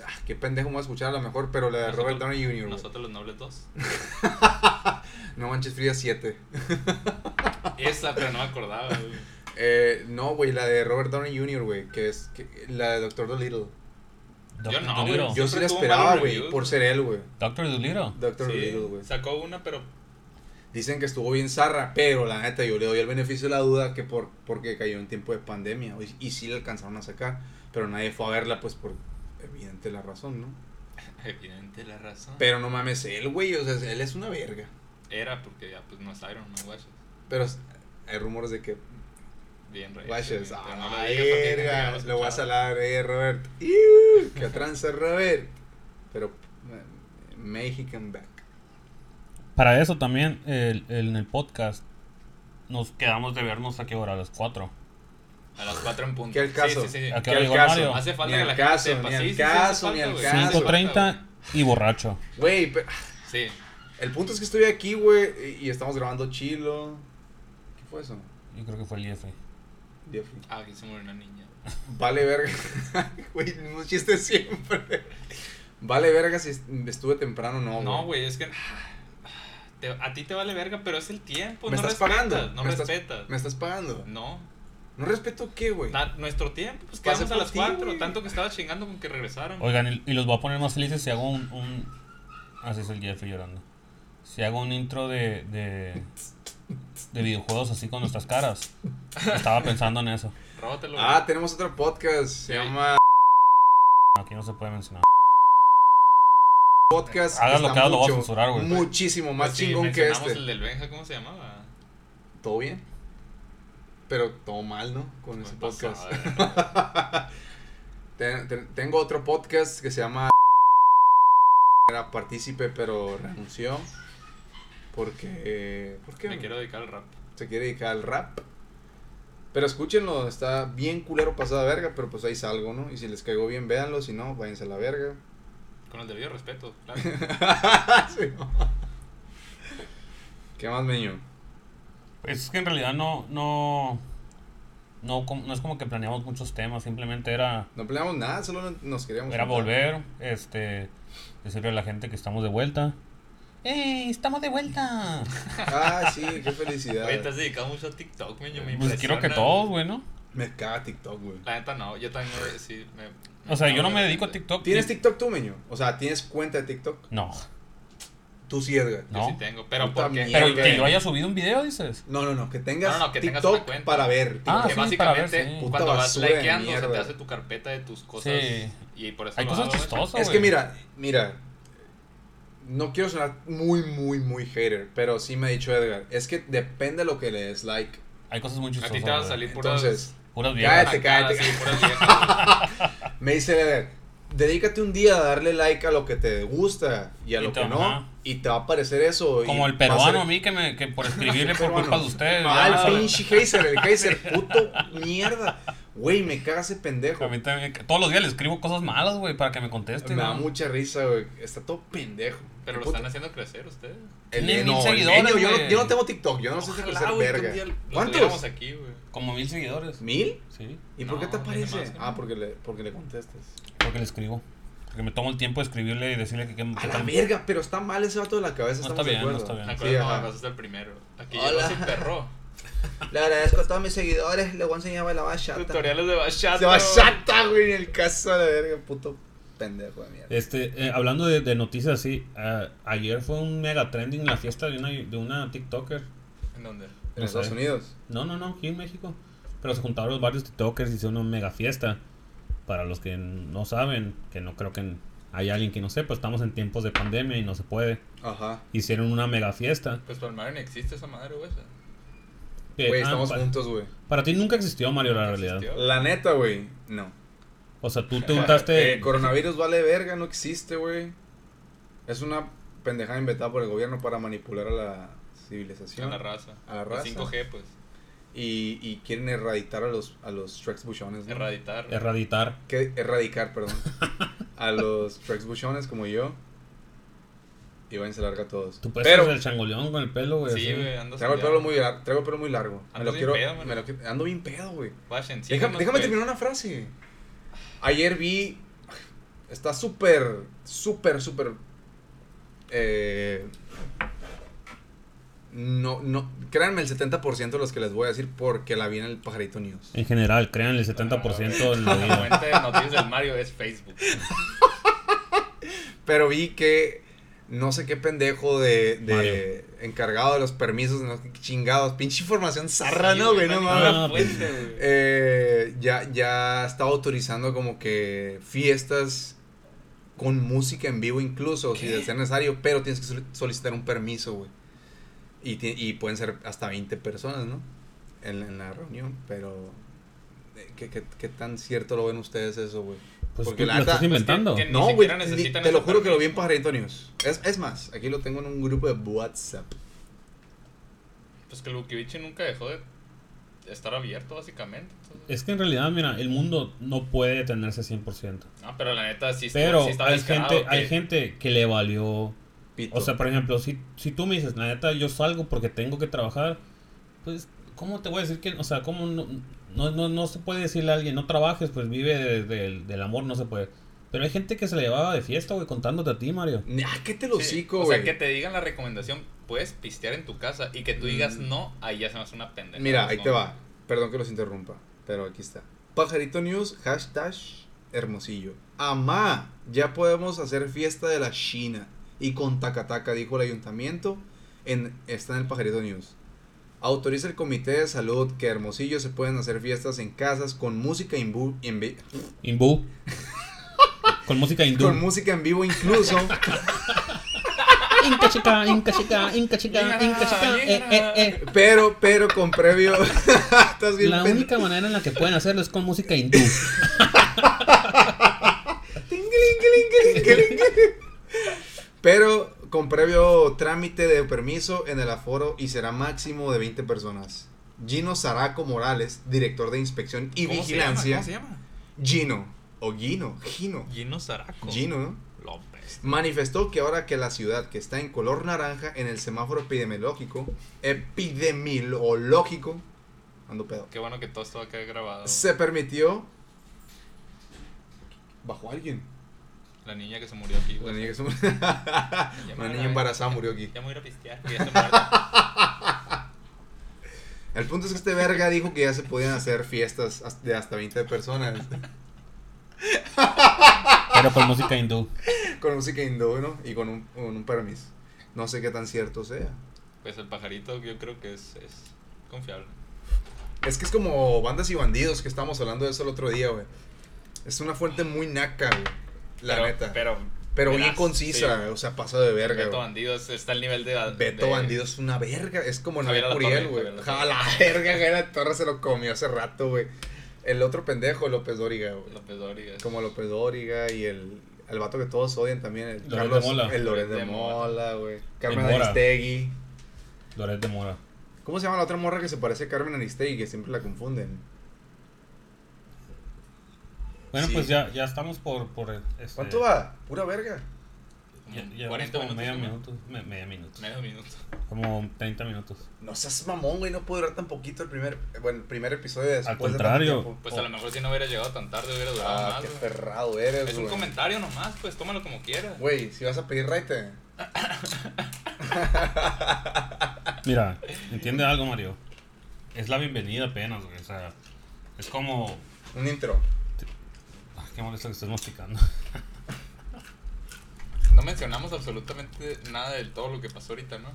Speaker 2: ah, qué pendejo me voy a escuchar a lo mejor, pero la de
Speaker 4: Nosotros-
Speaker 2: Robert Downey Jr. güey.
Speaker 4: Nosotros los Nobles 2.
Speaker 2: No manches Frida 7.
Speaker 4: Esa, pero no me acordaba, güey.
Speaker 2: Eh, no, güey, la de Robert Downey Jr., güey, que es que- la de Doctor Dolittle.
Speaker 4: Yo
Speaker 3: Doctor
Speaker 4: no, güey.
Speaker 3: Dolittle.
Speaker 2: Yo sí
Speaker 4: Siempre
Speaker 2: la
Speaker 4: tuvo
Speaker 2: esperaba,
Speaker 4: malos
Speaker 2: güey,
Speaker 4: reviews,
Speaker 2: por
Speaker 4: güey.
Speaker 2: ser él, güey.
Speaker 3: Doctor Dolittle.
Speaker 2: Doctor Dolittle, güey.
Speaker 4: Sí, sacó una, pero
Speaker 2: Dicen que estuvo bien zarra, pero la neta, yo le doy el beneficio de la duda que por, porque cayó en tiempo de pandemia. güey, Y, sí la alcanzaron a sacar, pero nadie fue a verla, pues por evidente la razón, ¿no?
Speaker 4: evidente la razón.
Speaker 2: Pero no mames, él, güey, o sea, él es una verga.
Speaker 4: Era porque ya pues no es Iron Man, guachos.
Speaker 2: Pero s- hay rumores de que
Speaker 4: Bien rey.
Speaker 2: Guaches,
Speaker 4: sí, pero
Speaker 2: ah,
Speaker 4: no lo
Speaker 2: la
Speaker 4: digas porque hay gente que
Speaker 2: verga, Lo
Speaker 4: no
Speaker 2: voy a
Speaker 4: escuchaba.
Speaker 2: salar, eh,
Speaker 4: <laughs>
Speaker 2: Robert. Iu, ¡Qué tranza, Robert! Pero, eh, Mexican back.
Speaker 3: Para eso también el- el- en el podcast nos quedamos de vernos a qué hora, a las 4.
Speaker 4: A las 4 en punto.
Speaker 2: ¿Qué al caso?
Speaker 4: Sí, sí, sí.
Speaker 3: ¿A qué
Speaker 2: Que
Speaker 3: hora
Speaker 2: al
Speaker 3: llegó
Speaker 2: caso,
Speaker 3: Mario?
Speaker 4: Hace falta
Speaker 2: Ni
Speaker 4: que
Speaker 2: al
Speaker 4: la
Speaker 2: caso,
Speaker 4: gente sepa.
Speaker 2: ni al
Speaker 4: Sí, sí, sí,
Speaker 2: caso,
Speaker 4: hace
Speaker 2: ni al
Speaker 4: falta,
Speaker 2: caso.
Speaker 4: güey.
Speaker 3: 5.30 y borracho.
Speaker 2: Güey, pe-
Speaker 4: Sí.
Speaker 2: el punto es que estoy aquí, güey, y y estamos grabando chilo. ¿Qué fue eso?
Speaker 3: Yo creo que fue el IF.
Speaker 2: Jeffrey.
Speaker 4: Ah, aquí se murió una niña.
Speaker 2: Vale verga. <laughs> Güey, el mismo chiste siempre. Vale verga si est- estuve temprano o no, güey.
Speaker 4: No, güey, es que. te- a ti te vale verga, pero es el tiempo.
Speaker 2: ¿Me
Speaker 4: no
Speaker 2: estás
Speaker 4: respetas,
Speaker 2: pagando?
Speaker 4: No
Speaker 2: ¿Me estás-
Speaker 4: respetas.
Speaker 2: ¿Me estás pagando?
Speaker 4: No.
Speaker 2: ¿No respeto qué, güey?
Speaker 4: Na- nuestro tiempo, pues
Speaker 2: Pasé
Speaker 4: quedamos a
Speaker 2: por
Speaker 4: las
Speaker 2: ti,
Speaker 4: 4.
Speaker 2: güey.
Speaker 4: Tanto que estaba chingando con que regresaron.
Speaker 3: Oigan, y- y los voy a poner más felices si hago un. un- Así es el Jeffrey llorando. Si hago un intro de, de. de videojuegos así con nuestras caras. Estaba pensando en eso.
Speaker 4: Róbatelo.
Speaker 2: Ah, tenemos otro podcast. Se
Speaker 4: Sí.
Speaker 2: llama
Speaker 3: Aquí no se puede mencionar.
Speaker 2: Podcast.
Speaker 3: Hagas
Speaker 2: está
Speaker 3: lo que hagas, lo voy a
Speaker 2: mucho,
Speaker 3: censurar, güey.
Speaker 2: Muchísimo más
Speaker 4: Pues sí,
Speaker 2: chingón que
Speaker 4: mencionamos
Speaker 2: este.
Speaker 4: el del Benja, ¿cómo se llamaba?
Speaker 2: Todo bien. Pero todo mal, ¿no? Con ese
Speaker 4: Pues,
Speaker 2: podcast.
Speaker 4: pasada, güey.
Speaker 2: Ten- ten- tengo otro podcast que se llama. Era partícipe, pero renunció. Porque. eh, ¿Por qué? <laughs>
Speaker 4: Me quiero dedicar al rap.
Speaker 2: Se quiere dedicar al rap. Pero escúchenlo, está bien culero pasada verga, pero pues ahí salgo, ¿no? Y si les caigo bien, véanlo, si no, váyanse a la verga. <laughs>
Speaker 4: Con el debido respeto, claro.
Speaker 2: Sí, no. ¿Qué más, meño?
Speaker 3: Pues es que en realidad no. no. No, com- no es como que planeamos muchos temas, simplemente era,
Speaker 2: No planeamos nada, solo nos queríamos.
Speaker 3: era
Speaker 2: juntar.
Speaker 3: volver, este, decirle a la gente que estamos de vuelta, ¡Ey! ¡Estamos de vuelta!
Speaker 2: Ah, sí, qué felicidad.
Speaker 4: Güey, te has dedicado mucho a TikTok, güey. <laughs> Yo me
Speaker 3: Pues quiero que
Speaker 4: impresiona,
Speaker 3: todos,
Speaker 4: güey.
Speaker 3: güey, ¿no?
Speaker 2: Me caga TikTok, güey.
Speaker 3: Ah,
Speaker 4: La neta no, yo también
Speaker 2: <laughs>
Speaker 4: güey, sí. Me,
Speaker 3: O sea, yo no me
Speaker 4: güey,
Speaker 3: dedico a
Speaker 4: neta.
Speaker 3: TikTok.
Speaker 2: ¿Tienes
Speaker 3: ni-
Speaker 2: TikTok tú, Meño? O sea, ¿tienes cuenta de TikTok?
Speaker 3: No.
Speaker 2: Tú sí, Edgar.
Speaker 4: Yo sí
Speaker 3: No.
Speaker 4: tengo, pero
Speaker 2: Puta
Speaker 4: porque.
Speaker 3: Pero
Speaker 2: Ok.
Speaker 3: que yo haya subido un video, dices.
Speaker 2: No, no, no, que tengas
Speaker 4: No, no, que tengas
Speaker 2: TikTok
Speaker 4: una cuenta.
Speaker 2: para ver.
Speaker 3: Ah,
Speaker 2: TikTok.
Speaker 4: que
Speaker 3: sí,
Speaker 4: básicamente
Speaker 3: para ver, sí.
Speaker 2: Puta
Speaker 4: cuando vas
Speaker 2: basura de
Speaker 4: likeando se te
Speaker 2: mierda.
Speaker 4: hace tu carpeta de tus cosas
Speaker 3: Sí.
Speaker 4: y por eso
Speaker 3: Hay
Speaker 4: lo
Speaker 3: cosas
Speaker 4: hago, güey.
Speaker 3: chistosas.
Speaker 2: Es que
Speaker 3: güey.
Speaker 2: mira, mira. No quiero sonar muy, muy, muy hater, pero sí me ha dicho Edgar. Es que depende de lo que le des like.
Speaker 3: Hay cosas muy
Speaker 4: A
Speaker 3: chistosas.
Speaker 4: ti te van a
Speaker 3: güey.
Speaker 4: salir puras
Speaker 2: Entonces,
Speaker 3: Puras
Speaker 2: Cállate,
Speaker 3: viejas.
Speaker 4: Te
Speaker 2: cállate. me dice Edgar, dedícate un día a darle like a lo que te gusta y a
Speaker 3: Y
Speaker 2: lo
Speaker 3: te-
Speaker 2: que no.
Speaker 3: ajá.
Speaker 2: Y te va a aparecer eso. y
Speaker 3: Como el
Speaker 2: va a
Speaker 3: peruano
Speaker 2: ser-
Speaker 3: a mí que, me, que por escribirle por
Speaker 2: Peruano.
Speaker 3: culpa de ustedes. ya
Speaker 2: Ah, el
Speaker 3: saben.
Speaker 2: pinche Heiser, el Heiser,
Speaker 3: <laughs>
Speaker 2: puto mierda. Güey, me caga ese pendejo.
Speaker 3: A mí también, que todos los días le escribo cosas malas, güey, para que me conteste.
Speaker 2: Me da
Speaker 3: ¿no?
Speaker 2: mucha risa, güey. Está todo pendejo.
Speaker 4: Pero lo
Speaker 2: Puta-
Speaker 4: están haciendo crecer ustedes.
Speaker 2: El
Speaker 3: Tiene
Speaker 2: eh,
Speaker 3: mil
Speaker 2: no, el
Speaker 3: seguidores,
Speaker 2: Leño, yo, no,
Speaker 3: güey.
Speaker 2: yo no tengo TikTok, yo no sé hacer
Speaker 4: Ojalá, güey, que un día
Speaker 2: verga.
Speaker 4: lo tuviéramos
Speaker 2: ¿Cuántos?
Speaker 4: aquí, güey.
Speaker 3: Como mil seguidores.
Speaker 2: ¿Mil?
Speaker 3: Sí,
Speaker 2: ¿Y por qué
Speaker 4: No,
Speaker 2: te
Speaker 4: tiene más
Speaker 2: aparece?
Speaker 4: que
Speaker 2: Ah,
Speaker 4: mil.
Speaker 2: porque le, porque le contestas.
Speaker 3: porque le escribo. Porque me tomo el tiempo de escribirle y decirle que, que,
Speaker 2: A
Speaker 3: que
Speaker 2: la
Speaker 3: tal-
Speaker 2: verga, pero está mal ese vato de la cabeza.
Speaker 3: No
Speaker 2: estamos
Speaker 3: está bien,
Speaker 2: de acuerdo.
Speaker 3: no está bien.
Speaker 4: Me
Speaker 2: Sí,
Speaker 4: acuerdo
Speaker 2: ajá.
Speaker 4: cuando pasaste el primero. Aquí
Speaker 2: Hola.
Speaker 4: llegó su perro.
Speaker 2: Le agradezco a todos mis seguidores, le voy a enseñar a bailar bachata.
Speaker 4: Tutoriales de bachata.
Speaker 2: Se bachata, güey, en el caso de la verga, puto pendejo de mierda.
Speaker 3: Este, eh, hablando de, de noticias así, ah, ayer fue un mega trending la fiesta de una, de una TikToker.
Speaker 4: ¿En dónde?
Speaker 2: En Estados
Speaker 3: sé.
Speaker 2: Unidos.
Speaker 3: No, no, no, aquí en México. Pero se juntaron varios TikTokers y hicieron una mega fiesta. Para los que no saben, que no creo que hay alguien que no sepa, estamos en tiempos de pandemia y no se puede.
Speaker 2: Ajá.
Speaker 3: Hicieron una mega fiesta.
Speaker 4: Pues para el Mario no existe esa madre, güey. esa.
Speaker 3: Eh,
Speaker 2: Güey,
Speaker 3: ah,
Speaker 2: estamos
Speaker 3: pa-
Speaker 2: juntos, güey.
Speaker 3: Para ti nunca existió, Mario, la realidad.
Speaker 4: ¿Existió?
Speaker 2: La neta, güey, no.
Speaker 3: O sea, tú
Speaker 2: <laughs>
Speaker 3: te juntaste.
Speaker 2: El coronavirus vale verga, no existe, güey. Es una pendejada inventada por el gobierno para manipular a la
Speaker 4: A
Speaker 2: civilización.
Speaker 4: la raza.
Speaker 2: A la raza.
Speaker 4: 5G, pues.
Speaker 2: y, y quieren erradicar a los, a los Trex buchones. ¿no?
Speaker 4: Erraditar.
Speaker 3: erraditar.
Speaker 2: ¿Qué? Erradicar, perdón. a los Trex buchones como yo. Y váyanse larga a todos.
Speaker 3: Tú puedes
Speaker 2: Pero
Speaker 3: ser el changoleón con el pelo, güey.
Speaker 4: Sí,
Speaker 3: así.
Speaker 4: güey, andas.
Speaker 2: traigo el
Speaker 4: allá.
Speaker 2: pelo muy, lar- traigo el pelo muy largo. me
Speaker 4: Andas
Speaker 2: lo
Speaker 4: bien
Speaker 2: quiero,
Speaker 4: pedo, man.
Speaker 2: me lo qui- ando bien pedo, güey.
Speaker 4: Vayan, sí,
Speaker 2: Déjame,
Speaker 4: no,
Speaker 2: déjame
Speaker 4: güey.
Speaker 2: terminar una frase. Ayer vi. Está súper, súper, súper. eh, no, no. Créanme el 70% de los que les voy a decir porque la vi en el pajarito news.
Speaker 3: En general, créanle, el 70% en la
Speaker 4: <laughs> La
Speaker 3: vida.
Speaker 4: fuente de noticias del Mario
Speaker 2: <laughs>
Speaker 4: es Facebook.
Speaker 2: Pero vi que. No sé qué pendejo de, de encargado de los permisos, no sé qué chingados. Pinche información zarra, ¿no, güey? No mames.
Speaker 3: no, pues.
Speaker 4: La fuente, güey.
Speaker 2: Eh, ya, ya está autorizando como que fiestas con música en vivo incluso, si es necesario, pero tienes que soli- solicitar un permiso, güey. Y, ti- y pueden ser hasta 20 personas, ¿no? En, la- en la reunión, pero... eh, ¿Qué, qué, qué tan cierto lo ven ustedes eso, güey?
Speaker 3: Pues
Speaker 2: Porque
Speaker 3: tú
Speaker 2: la
Speaker 3: lo
Speaker 2: neta-
Speaker 3: estás inventando.
Speaker 4: que- Ni
Speaker 2: No, güey,
Speaker 4: siquiera
Speaker 2: ni-
Speaker 4: necesitan
Speaker 2: te lo
Speaker 4: ese
Speaker 2: juro que lo vi en
Speaker 4: permiso.
Speaker 2: Pajarito News. Es, es más, aquí lo tengo en un grupo de WhatsApp.
Speaker 4: Pues que Lukivichi nunca dejó de estar abierto, básicamente. Entonces-
Speaker 3: Es que en realidad, mira, el mundo no puede detenerse 100%.
Speaker 4: No, Ah, pero la neta sí, estuvo-
Speaker 3: Pero
Speaker 4: sí estaba
Speaker 3: hay,
Speaker 4: descarado,
Speaker 3: gente,
Speaker 4: que-
Speaker 3: hay gente que le valió.
Speaker 2: Pito.
Speaker 3: O sea, por ejemplo, si, si tú me dices, la neta, yo salgo porque tengo que trabajar, pues, ¿cómo te voy a decir que.? O sea, ¿cómo no, no, no, no se puede decirle a alguien, no trabajes, pues vive de- de- del amor, no se puede. Pero hay gente que se le llevaba de fiesta, güey, contándote a ti, Mario.
Speaker 2: Ah, ¿Qué te lo
Speaker 4: Sí,
Speaker 2: hocico,
Speaker 4: O sea,
Speaker 2: güey?
Speaker 4: que te digan la recomendación, puedes pistear en tu casa y que tú digas
Speaker 2: Mm.
Speaker 4: no, ahí ya se me hace una pendeja.
Speaker 2: Mira, ahí
Speaker 4: No.
Speaker 2: te va. Perdón que los interrumpa, pero aquí está. Pajarito News, hashtag Hermosillo. Amá, ya podemos hacer fiesta de la China. Y con tacataca, dijo el ayuntamiento. En, está en el Pajarito News. Autoriza el Comité de Salud que Hermosillo se pueden hacer fiestas en casas con música en, bu- en vi-
Speaker 3: Imbú. Con música hindú.
Speaker 2: con música en vivo incluso. <laughs>
Speaker 3: Inca chica, inca chica, inca chica,
Speaker 4: Llega,
Speaker 3: inca chica. Eh, eh,
Speaker 4: llega.
Speaker 3: eh.
Speaker 2: pero, pero con previo. <laughs> Estás bien
Speaker 3: La
Speaker 2: pendejo.
Speaker 3: única manera en la que pueden hacerlo es con música hindú.
Speaker 2: Pero con previo trámite de permiso en el aforo y será máximo de 20 personas. Gino Zaraco Morales, director de inspección y
Speaker 4: ¿Cómo se
Speaker 2: vigilancia.
Speaker 4: llama? ¿Cómo se llama?
Speaker 2: Gino, o Gino, Gino,
Speaker 4: Gino Zaraco.
Speaker 2: Gino, ¿no?
Speaker 4: López.
Speaker 2: Manifestó que ahora que la ciudad que está en color naranja en el semáforo epidemiológico, epidemiológico, ando pedo,
Speaker 4: Qué bueno que todo esto va a quedar grabado.
Speaker 2: se permitió... Bajo alguien.
Speaker 4: La niña que se murió
Speaker 2: <laughs>
Speaker 4: aquí,
Speaker 2: La
Speaker 4: güey.
Speaker 2: niña, que se-
Speaker 4: Ya me
Speaker 2: Una
Speaker 4: van
Speaker 2: niña
Speaker 4: a ver.
Speaker 2: embarazada murió aquí.
Speaker 4: Ya me voy a ir a pistear, que ya
Speaker 2: <laughs>
Speaker 4: se muerta.
Speaker 2: El punto es que este verga dijo que ya se podían hacer fiestas hasta- de hasta 20 personas <laughs>
Speaker 3: Pero con música hindú.
Speaker 2: con música hindú, ¿no? Y con un, con un permiso. No sé qué tan cierto sea.
Speaker 4: Pues el pajarito yo creo que es, es confiable.
Speaker 2: Es que es como bandas y bandidos que estábamos hablando de eso el otro día, güey. Es una fuente muy naca, güey. La
Speaker 4: pero,
Speaker 2: neta. Pero,
Speaker 4: Pero,
Speaker 2: bien
Speaker 4: verás,
Speaker 2: concisa,
Speaker 4: sí.
Speaker 2: o sea, pasa de verga,
Speaker 4: Beto
Speaker 2: güey.
Speaker 4: Bandido es- está al nivel de.
Speaker 2: Beto
Speaker 4: de-
Speaker 2: Bandido es una verga. Es como
Speaker 4: Javier
Speaker 2: Navidad
Speaker 4: Alatorre,
Speaker 2: Curiel, güey.
Speaker 4: Javier
Speaker 2: A
Speaker 4: Alatorre.
Speaker 2: la verga, Javier Alatorre se lo comió hace rato, güey. El otro pendejo, López Dóriga, güey.
Speaker 4: López Dóriga.
Speaker 2: Como López Dóriga y el, el vato que todos odian también. El
Speaker 3: Loret de Mola.
Speaker 2: El Loret de
Speaker 4: Loret de Mola.
Speaker 2: Mola, güey. Carmen
Speaker 3: Mora.
Speaker 2: Aristegui.
Speaker 3: Loret de Mora.
Speaker 2: ¿Cómo se llama la otra morra que se parece a Carmen Aristegui? Que siempre la confunden.
Speaker 3: Bueno,
Speaker 2: Sí.
Speaker 3: pues ya, ya estamos por. por este,
Speaker 2: ¿Cuánto va? Pura verga.
Speaker 4: Como
Speaker 3: Ya, ya
Speaker 4: 40
Speaker 3: como
Speaker 4: minutos.
Speaker 3: Media,
Speaker 4: ¿no?
Speaker 3: minutos, me- media minutos.
Speaker 4: Medio minuto.
Speaker 3: Como 30 minutos.
Speaker 2: No seas mamón, güey. No puedo durar tan poquito el primer, bueno, el primer episodio después de tanto
Speaker 3: contrario.
Speaker 2: tiempo.
Speaker 4: Pues a lo mejor si no hubiera llegado tan tarde hubiera durado
Speaker 2: Oh. Ah,
Speaker 4: más.
Speaker 2: qué
Speaker 4: güey.
Speaker 2: ferrado eres,
Speaker 4: Es un
Speaker 2: güey.
Speaker 4: comentario nomás, pues tómalo como quieras.
Speaker 2: Güey, si vas a pedir raite.
Speaker 3: Mira, entiende algo, Mario. Es la bienvenida apenas, güey. O sea, es como.
Speaker 2: Un intro.
Speaker 3: Ah, qué molesto que estés masticando. <laughs>
Speaker 4: No mencionamos absolutamente nada de todo lo que pasó ahorita, ¿no?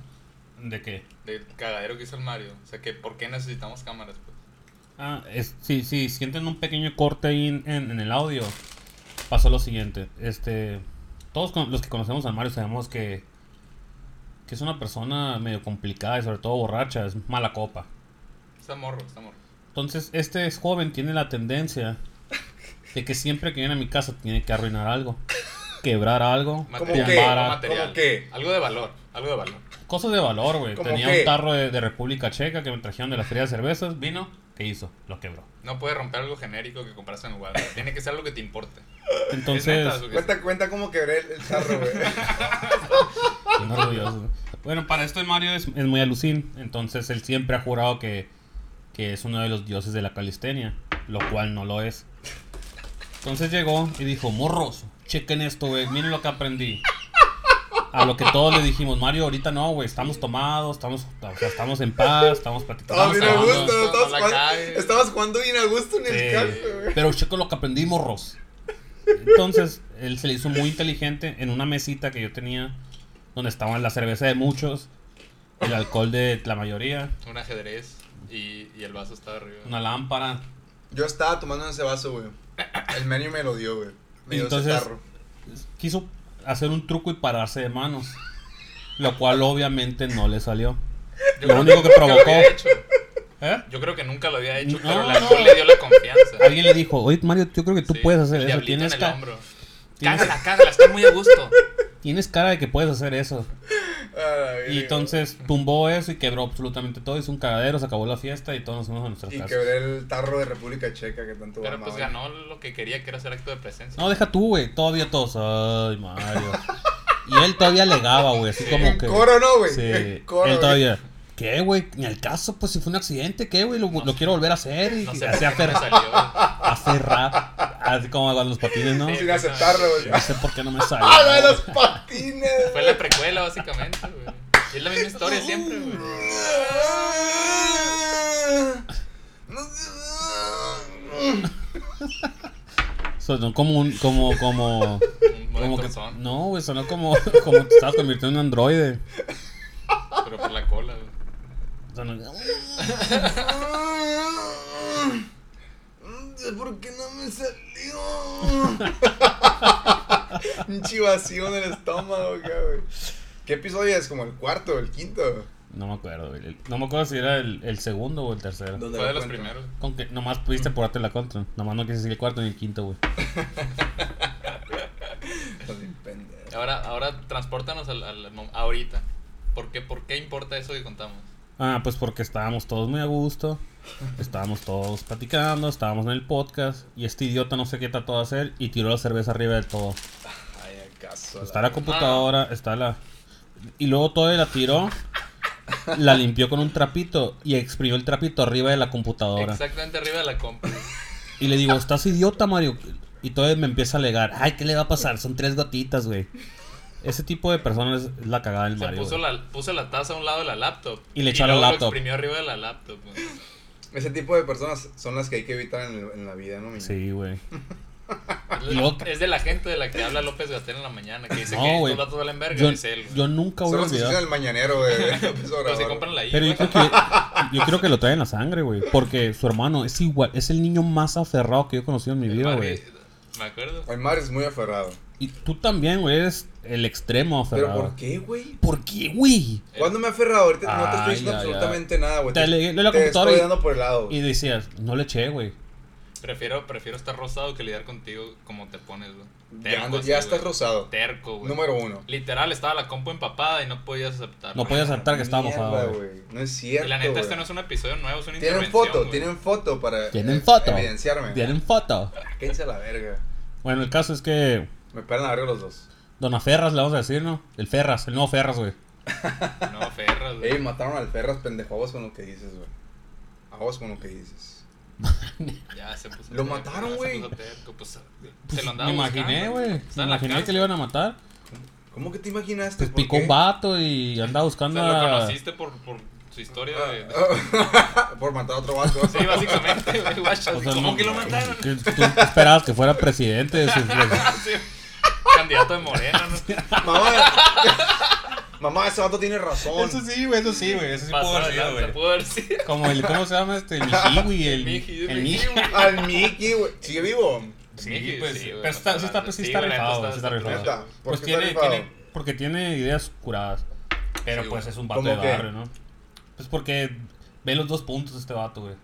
Speaker 3: ¿De qué?
Speaker 4: Del cagadero que hizo el Mario. O sea, que ¿por qué necesitamos cámaras? Pues?
Speaker 3: Ah, es, sí, sí, sienten un pequeño corte ahí en, en- en el audio. Pasó lo siguiente. Este, todos con- los que conocemos al Mario sabemos que, que es una persona medio complicada y sobre todo borracha, es mala copa.
Speaker 4: Está morro, está morro.
Speaker 3: Entonces, este es joven tiene la tendencia de que siempre que viene a mi casa tiene que arruinar algo, quebrar algo,
Speaker 2: ¿Cómo
Speaker 4: Material,
Speaker 2: qué?
Speaker 4: algo
Speaker 3: tumbar
Speaker 4: material.
Speaker 2: ¿Cómo qué?
Speaker 4: Algo de valor, algo de valor.
Speaker 3: cosas de valor, güey.
Speaker 2: ¿Cómo
Speaker 3: Tenía
Speaker 2: qué?
Speaker 3: un tarro de, de República Checa que me trajeron de la feria de cervezas, vino, ¿qué hizo? Lo quebró.
Speaker 4: No puede romper algo genérico que compraste en el Walmart. Tiene que ser algo que
Speaker 3: <laughs>
Speaker 4: te importe.
Speaker 3: Entonces,
Speaker 4: neta, güey.
Speaker 2: Cuenta, cuenta cómo quebré el, el charro,
Speaker 4: <laughs>
Speaker 2: güey.
Speaker 3: Bien orgulloso. Bueno, para esto el Mario es, es muy alucín, entonces él siempre ha jurado que, que es uno de los dioses de la calistenia, lo cual no lo es. Entonces llegó y dijo, morros, chequen esto, güey, miren lo que aprendí. A lo que todos le dijimos, Mario, ahorita no, güey, estamos tomados, estamos, o sea, estamos en paz, estamos platicando.
Speaker 2: Estabas
Speaker 4: Vamos
Speaker 2: bien a
Speaker 3: estamos
Speaker 4: a-
Speaker 2: gusto,
Speaker 3: hablando.
Speaker 4: vamos a
Speaker 2: estabas
Speaker 4: la
Speaker 2: jugando,
Speaker 4: calle.
Speaker 2: estabas jugando bien a gusto en el
Speaker 3: Sí.
Speaker 2: café, güey.
Speaker 3: Pero checo lo que aprendí, morros. Entonces, él se le hizo muy inteligente en una mesita que yo tenía, donde estaban la cerveza de muchos, el alcohol de la mayoría,
Speaker 4: Un ajedrez y, y el vaso está arriba.
Speaker 3: una lámpara.
Speaker 2: Yo estaba tomando ese vaso, güey. El menú me lo dio, güey. Me dio
Speaker 3: Entonces-
Speaker 2: ese tarro.
Speaker 3: Quiso hacer un truco y pararse de manos, lo cual obviamente no le salió. Lo único que provocó... ¿Eh?
Speaker 4: Yo creo que nunca lo había
Speaker 3: No,
Speaker 4: hecho, pero el
Speaker 3: no.
Speaker 4: alcohol le dio la confianza.
Speaker 3: Alguien le dijo, oye Mario, yo creo que tú
Speaker 4: Sí,
Speaker 3: puedes hacer eso,
Speaker 4: el diablito en
Speaker 3: tienes,
Speaker 4: el
Speaker 3: ca-
Speaker 4: hombro.
Speaker 3: tienes-
Speaker 4: Cágala, cágala, estoy muy a gusto.
Speaker 3: tienes cara de que puedes hacer eso.
Speaker 2: Ay,
Speaker 3: Y
Speaker 2: güey.
Speaker 3: entonces tumbó eso y quebró absolutamente todo. Hizo un cagadero, se acabó la fiesta y todos nos fuimos a nuestras
Speaker 2: Y
Speaker 3: casas.
Speaker 2: quebré el tarro de República Checa que tanto
Speaker 4: Pero
Speaker 2: amaba.
Speaker 4: pues ganó lo que quería, que era hacer acto de presencia.
Speaker 3: No, deja tú, güey. Todavía todos. Ay, Mario. Y él todavía legaba, güey. Así como
Speaker 2: En
Speaker 3: que.
Speaker 2: coro, ¿no, güey?
Speaker 3: Sí.
Speaker 2: En coro,
Speaker 3: él
Speaker 2: güey.
Speaker 3: todavía. ¿Qué, güey? Ni al caso, pues si fue un accidente, ¿qué, güey? Lo, lo quiero volver a hacer. Y
Speaker 4: No
Speaker 3: y
Speaker 4: sé
Speaker 3: así
Speaker 4: por qué no
Speaker 3: hacer,
Speaker 4: me salió. güey.
Speaker 3: hacer rap. Así como con los patines, ¿no?
Speaker 2: Sin aceptarlo, güey.
Speaker 3: No sé por qué no me salió.
Speaker 2: ¡Ah, la de los <laughs>
Speaker 4: <laughs>
Speaker 2: patines!
Speaker 4: Fue la precuela, básicamente, güey. Y es la misma historia siempre, güey.
Speaker 3: Sonó como un. Como. Como.
Speaker 4: Un
Speaker 3: como que,
Speaker 4: montón,
Speaker 3: no, güey. Sonó como. <laughs> Como te estabas convirtiendo en un androide.
Speaker 4: pero por la
Speaker 3: <laughs>
Speaker 4: cola, güey.
Speaker 3: Sonó-
Speaker 2: ¿Por qué no me salió? Un chivación en el estómago, cabrón. ¿Qué episodio es? ¿Como el cuarto o el quinto?
Speaker 3: No me acuerdo, güey. El- No me acuerdo si era el, el segundo o el tercero.
Speaker 4: Fue de los
Speaker 2: cuento?
Speaker 4: primeros.
Speaker 3: Con que nomás pudiste apurarte la contra. Nomás no quise decir el cuarto ni el quinto, güey.
Speaker 2: Estás bien pendejo.
Speaker 4: Ahora, ahora transportanos al, al mom- ahorita. ¿Por qué, ¿Por qué importa eso que contamos?
Speaker 3: Ah, pues porque estábamos todos muy a gusto. Estábamos todos platicando, estábamos en el podcast. Y este idiota no sé qué trató de hacer y tiró la cerveza arriba de todo.
Speaker 2: Ay, acaso.
Speaker 3: Está la computadora, está la. Y luego todo la tiró. La limpió con un trapito y exprimió el trapito arriba de la computadora.
Speaker 4: Exactamente arriba de la compra.
Speaker 3: Y le digo, estás idiota, Mario. Y Y todavía me empieza a alegar, ay, ¿qué le va a pasar? Son tres gotitas, güey. Ese tipo de personas es la cagada del
Speaker 4: Se
Speaker 3: Mario.
Speaker 4: puso
Speaker 3: güey.
Speaker 4: la, puso la taza a un lado de la laptop.
Speaker 3: Y le echó a la
Speaker 4: luego lo
Speaker 3: laptop.
Speaker 4: exprimió arriba de la laptop. güey.
Speaker 2: Ese tipo de personas son las que hay que evitar en, el- en la vida, ¿no? mi?
Speaker 3: Sí, güey.
Speaker 4: Es de-
Speaker 3: <laughs> Y luego-
Speaker 4: Es de la gente de la que habla López Gatel en la mañana, que dice
Speaker 3: No,
Speaker 4: que
Speaker 3: güey.
Speaker 4: los datos valen verga,
Speaker 3: Yo,
Speaker 4: es él. güey.
Speaker 3: yo nunca
Speaker 2: Son
Speaker 3: voy a
Speaker 2: los que escuchan
Speaker 3: olvidar.
Speaker 2: el mañanero
Speaker 4: <laughs>
Speaker 2: de de López
Speaker 4: Pero si
Speaker 2: Obrador.
Speaker 4: compran la I,
Speaker 3: Pero yo
Speaker 4: güey.
Speaker 3: creo que yo creo que lo trae en la sangre, güey. Porque su hermano es igual, es el niño más aferrado que yo he conocido en mi vida, güey.
Speaker 4: Me acuerdo.
Speaker 2: El Mario es muy aferrado.
Speaker 3: Y tú también, güey, eres el extremo
Speaker 2: ¿Pero
Speaker 3: aferrado.
Speaker 2: por qué, güey?
Speaker 3: ¿Por qué, güey?
Speaker 4: Eh.
Speaker 2: ¿Cuándo me he aferrado? Ahorita no te estoy
Speaker 3: Ay,
Speaker 2: diciendo
Speaker 3: ya, ya.
Speaker 2: absolutamente nada, güey.
Speaker 3: Te leí la
Speaker 2: te
Speaker 3: computadora
Speaker 2: estoy
Speaker 3: y-
Speaker 2: dando por el lado.
Speaker 3: Y decías, no le eché, güey.
Speaker 4: Prefiero, prefiero estar rosado que lidiar contigo como te pones, güey.
Speaker 2: Ya,
Speaker 4: Terco
Speaker 2: andas-
Speaker 4: así,
Speaker 2: ya
Speaker 4: güey.
Speaker 2: estás rosado.
Speaker 4: Terco, güey.
Speaker 2: Número uno.
Speaker 4: Literal, estaba la compu empapada y no podías aceptar.
Speaker 3: No podías aceptar que estaba
Speaker 2: Mierda,
Speaker 3: mojado, güey.
Speaker 2: güey. No es
Speaker 4: Y
Speaker 2: cierto.
Speaker 4: ah, la neta,
Speaker 2: güey.
Speaker 4: este no es un episodio nuevo, es una
Speaker 2: Tienen
Speaker 4: intervención,
Speaker 2: foto,
Speaker 4: güey.
Speaker 2: tienen foto para
Speaker 3: Tienen
Speaker 2: eh,
Speaker 3: foto.
Speaker 2: evidenciarme.
Speaker 3: Tienen foto.
Speaker 2: Quédense a la verga.
Speaker 3: Bueno, el caso es que
Speaker 2: Me pelan la verga los dos.
Speaker 3: Dona Ferras le vamos a decir, ¿no? El Ferras, el nuevo Ferras, güey.
Speaker 4: No, ferras, Pues, güey.
Speaker 2: Ey, mataron al Ferras, pendejo. A vos con lo que dices, güey. A vos con lo que dices.
Speaker 4: Ya se puso.
Speaker 2: Lo
Speaker 4: terco,
Speaker 2: mataron,
Speaker 4: ya se
Speaker 2: güey.
Speaker 4: puso terco, pues, se
Speaker 3: Pues,
Speaker 4: lo andaba
Speaker 3: me imaginé,
Speaker 4: buscando,
Speaker 3: güey.
Speaker 4: Está
Speaker 3: Me
Speaker 4: en la
Speaker 3: imaginé que
Speaker 4: cárcel.
Speaker 3: le iban a matar.
Speaker 2: ¿Cómo que te imaginaste?
Speaker 3: Pues
Speaker 2: ¿Por
Speaker 3: picó
Speaker 2: qué?
Speaker 3: un vato y andaba
Speaker 4: O
Speaker 3: buscando
Speaker 4: sea, lo
Speaker 3: a...
Speaker 4: conociste por, por su historia
Speaker 2: <laughs>
Speaker 4: de. de-
Speaker 2: Ah, Por matar a otro vato.
Speaker 4: Sí, básicamente, güey, guacha.
Speaker 3: O sea,
Speaker 4: ¿Cómo
Speaker 3: no-
Speaker 4: que lo mataron?
Speaker 3: que tú esperabas que fuera presidente de su...
Speaker 4: <laughs> Sí. Candidato de Morena,
Speaker 3: <laughs>
Speaker 4: ¿no?
Speaker 2: <laughs> Mamá, <laughs> mamá, ese vato tiene razón.
Speaker 3: sí, güey, <laughs> eso sí, güey. Eso sí
Speaker 4: Pasó de lanza, pudo haber sido.
Speaker 3: Como el, ¿cómo se llama <laughs> este? El Miji, güey. El,
Speaker 4: Miji,
Speaker 3: el
Speaker 4: Miji,
Speaker 3: Miji.
Speaker 2: <laughs>
Speaker 4: güey.
Speaker 2: Al Mickey, güey. ¿Sigue vivo?
Speaker 3: Sí,
Speaker 4: Miji,
Speaker 3: pues,
Speaker 4: sí, güey,
Speaker 3: pero está, sí está, pues, sí está
Speaker 4: sí, güey,
Speaker 3: rifado,
Speaker 4: está-
Speaker 3: sí está
Speaker 4: está-
Speaker 3: rifado.
Speaker 2: Neta, ¿por
Speaker 3: Pues
Speaker 2: qué
Speaker 3: tiene,
Speaker 2: está rifado?
Speaker 3: tiene, porque tiene ideas curadas. Pero
Speaker 2: Sí,
Speaker 3: pues
Speaker 2: güey.
Speaker 3: es un vato
Speaker 2: ¿Cómo
Speaker 3: de
Speaker 2: qué?
Speaker 3: barrio, ¿no? Pues porque ve los dos puntos este vato, güey.